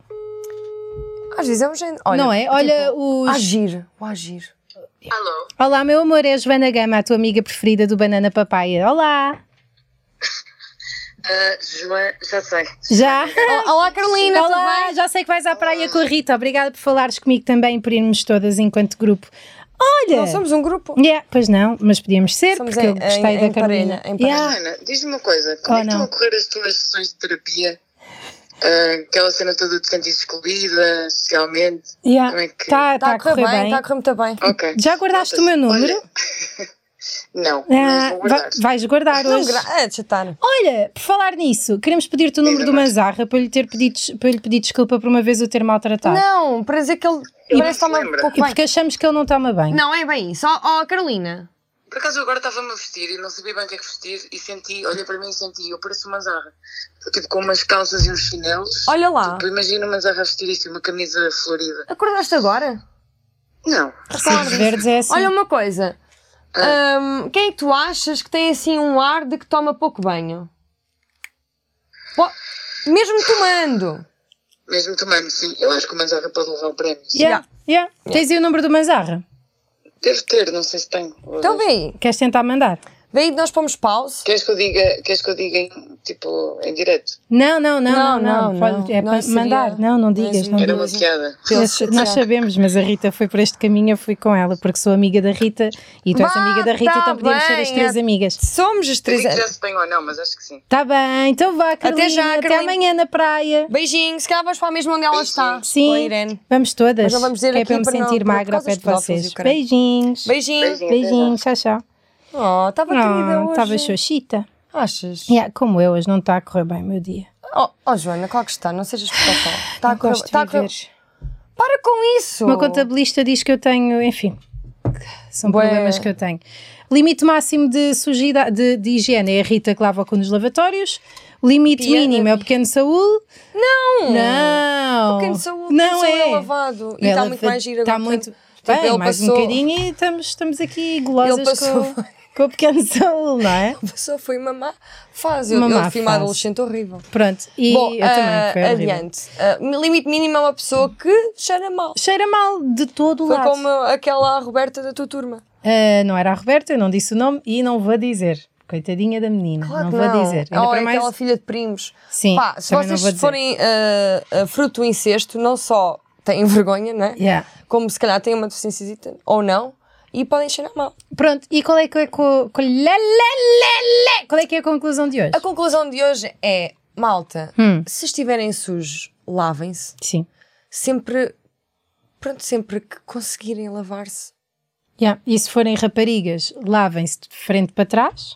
Às vezes é um género. Olha,
não é?
tipo,
Olha os.
Agir, o agir.
Ah.
Alô?
Olá, meu amor, é a Joana Gama, a tua amiga preferida do Banana Papaya. Olá!
Ah, Joana, já sei.
Já?
Olá, olá, Carolina, tudo
Olá,
bem?
já sei que vais à praia com a Rita. Obrigada por falares comigo também, por irmos todas enquanto grupo. Olha!
Não somos um grupo.
Yeah, pois não, mas podíamos ser,
Somos
porque
em-
eu gostei
em-
da
em
Carolina.
parelha, em parelha.
Yeah.
Joana, diz-me uma coisa. Como
Oh,
é que estão
não.
a correr as tuas sessões de terapia? Ah, aquela cena toda de te sentir excluída socialmente.
Yeah.
Como é que-
Tá,
Está
tá a correr bem.
está a correr muito bem.
Ok.
Já guardaste o meu número? Ah,
Olha, Não, mas vou guardar.
vai- vais guardar
Não,
hoje.
gra... Ah, de chatar.
Olha, por falar nisso, queremos pedir-te o número do
Exato.
Manzarra para lhe, ter pedido, para lhe pedir desculpa por uma vez o ter maltratado.
Não, para dizer que ele parece que
Eu não
está
se
um
lembra.
Tá. E
pouco bem.
porque achamos que ele não toma bem.
Não, é bem isso. Ó, ó, Carolina.
Por acaso eu agora estava-me a vestir e não sabia bem o que é que vestir e senti, olhei para mim e senti, eu pareço uma zarra. Estou tipo com umas calças e uns chinelos.
Olha lá.
Tipo, imagina uma zarra a vestir isto e uma camisa florida.
Acordaste agora?
Não.
Recibos verdes é assim.
Olha uma coisa. Hum, quem é que tu achas que tem assim um ar de que toma pouco banho? Po- Mesmo tomando.
Mesmo tomando, sim. Eu acho que o Manzarra pode levar o prémio. sim.
Yeah, yeah. Tens aí o número do Manzarra?
Deve ter, não sei se tem.
Então vê aí.
Queres tentar mandar?
Vê aí que nós pomos pause.
Queres que eu diga, queres que eu diga em, tipo, em direto?
Não, não, não, não,
Não,
não.
não,
Pode- é
não.
para
Não seria-
mandar. Não, não digas. Não
Não é
Era uma
mesmo.
piada.
Nós, nós sabemos, mas a Rita foi por este caminho, eu fui com ela, porque sou amiga da Rita e tu és
Vá,
amiga da Rita,
tá
então podíamos ser as
bem,
três
é-
amigas.
Somos as
Eu
três.
digo já se tem ou não, mas acho que sim.
Tá bem, então vá, Carolina.
já,
Até
Carolina.
amanhã na praia.
Beijinho, se calhar vamos para a mesma onde ela está.
Sim.
Com a Irene.
Vamos todas.
Mas não vamos dizer
que é
aqui
para eu me
para não-
sentir
por
magra ao
causa
pé
dos
de
pedófilos e
vocês.
o caralho.
Beijinhos.
Beijinho.
Beijinho.
Beijinhos, tchau, tchau.
Oh, estava querida hoje.
Estava xoxita.
Achas?
Ah, Yeah, como eu, hoje não está a correr bem o meu dia.
Oh, oh, Joana, claro que está, não sejas espetacular. Está
Não
Tá a correr.
gosto de
está a correr-
viver.
Para com isso!
Uma contabilista diz que eu tenho, enfim, são
Bué.
problemas que eu tenho. Limite máximo de sujidade de, de higiene é a Rita que lava com nos lavatórios. Limite
Piada.
mínimo é o pequeno Saúl. Não! Não!
O pequeno saúde,
Não
não é.
é.
lavado. E está muito mais giro
Está
agora,
muito
portanto, tipo,
bem,
ele
mais
passou-
um bocadinho e estamos, estamos aqui golosas
Ele passou-
com, com o pequeno Saúl, não é?
Só foi uma má fase.
Uma
eu,
má
eu fui uma
fase.
adolescente horrível.
Pronto, e
Bom,
eu também,
ah,
foi horrível.
adiante. Ah, limite mínimo é uma pessoa que cheira mal.
Cheira mal de todo o
Foi
lado.
como aquela Roberta da tua turma.
Uh, não era a Roberta, eu não disse o nome e não vou dizer. Coitadinha da menina,
Claro
não
que
vou dizer. Ainda
Ou
para
é
mais-
aquela filha de primos.
Sim,
Pá, se
também não vou
vocês
dizer.
forem ah, ah, fruto do incesto, não só têm vergonha, não é?
Yeah.
Como se calhar têm uma deficiência ou não, e podem cheirar mal.
Pronto, e qual é, que é co- qual- lé, lé, lé, lé. Qual é que é a conclusão de hoje?
A conclusão de hoje é, malta,
Hum.
se estiverem sujos, lavem-se.
Sim.
Sempre, pronto, sempre que conseguirem lavar-se.
Yeah. E se forem raparigas, lavem-se de frente para trás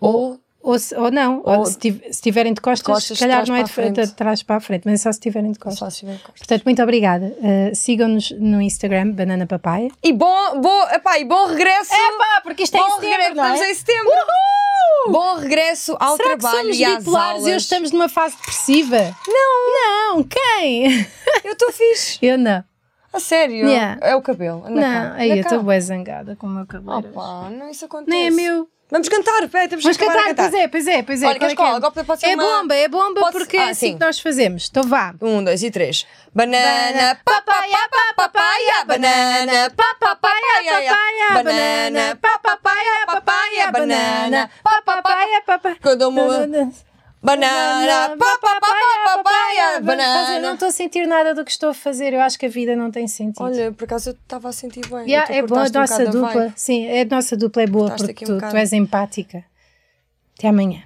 Ou,
ou, se- ou não. Ou
Ou-
se tiv- se estiverem de costas,
Costas
se
de
calhar
trás
não é
para
de,
a
frente-
frente.
de trás para a frente, mas é só se estiverem de costas.
só se estiverem com-
Portanto, muito obrigada. Uh, Sigam-nos no Instagram, Banana Papaya.
E bom, bom, epá, e bom regresso.
Epá, porque isto
bom regresso, estamos é em setembro. Bom regresso ao
Será que
trabalho
somos
e às
bipolares
aulas.
e hoje estamos numa fase depressiva? Não! Não, quem?
Eu estou fixe.
Eu não.
A sério.
Yeah.
É o cabelo. Anda
não,
cá,
aí
anda
eu
cá.
estou bem zangada com o meu
Oh,
cabelo.
Opa, não, isso acontece.
Nem é meu.
Vamos cantar, pera, temos
Mas
que
cantar,
acabar a cantar.
pois é, pois é, pois é.
Olha,
qual
queres
é
qual?
que é?
Agora pode ser
é
uma-
bomba, é bomba
Pode-
porque é
Ah,
assim
sim.
que nós fazemos. Então vá.
Um, dois e três. Banana, papaya, papaya, banana,
papaya,
papaya,
papaya, banana,
banana,
papaya, papaya, banana, papaya, papaya.
Cada uma- banana, papaya, papaya,
Mas eu não
banana.
estou a sentir nada do que estou a fazer. Eu acho que a vida não tem sentido.
Olha, por acaso eu estava a sentir bem.
Yeah,
Tu
é boa a
cortaste um
nossa
bocado
dupla.
vibe.
Sim, a nossa dupla é boa
Cortaste
porque
aqui um
tu, tu
bocado.
és empática. Até amanhã.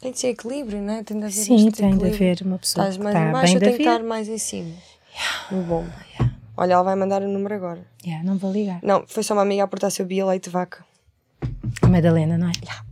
Tem de ser equilíbrio, não é? Tem de haver
Sim,
este
tem de
equilíbrio.
haver uma pessoa
Estás
que
mais
está
em baixo,
bem
eu
da
tenho que
vida.
estar mais em cima. No bom. Olha, ela vai mandar o número agora.
Yeah, não vou ligar.
Não, foi só uma amiga a portar seu Bia Leite Vaca.
Madalena, não é?
Yeah.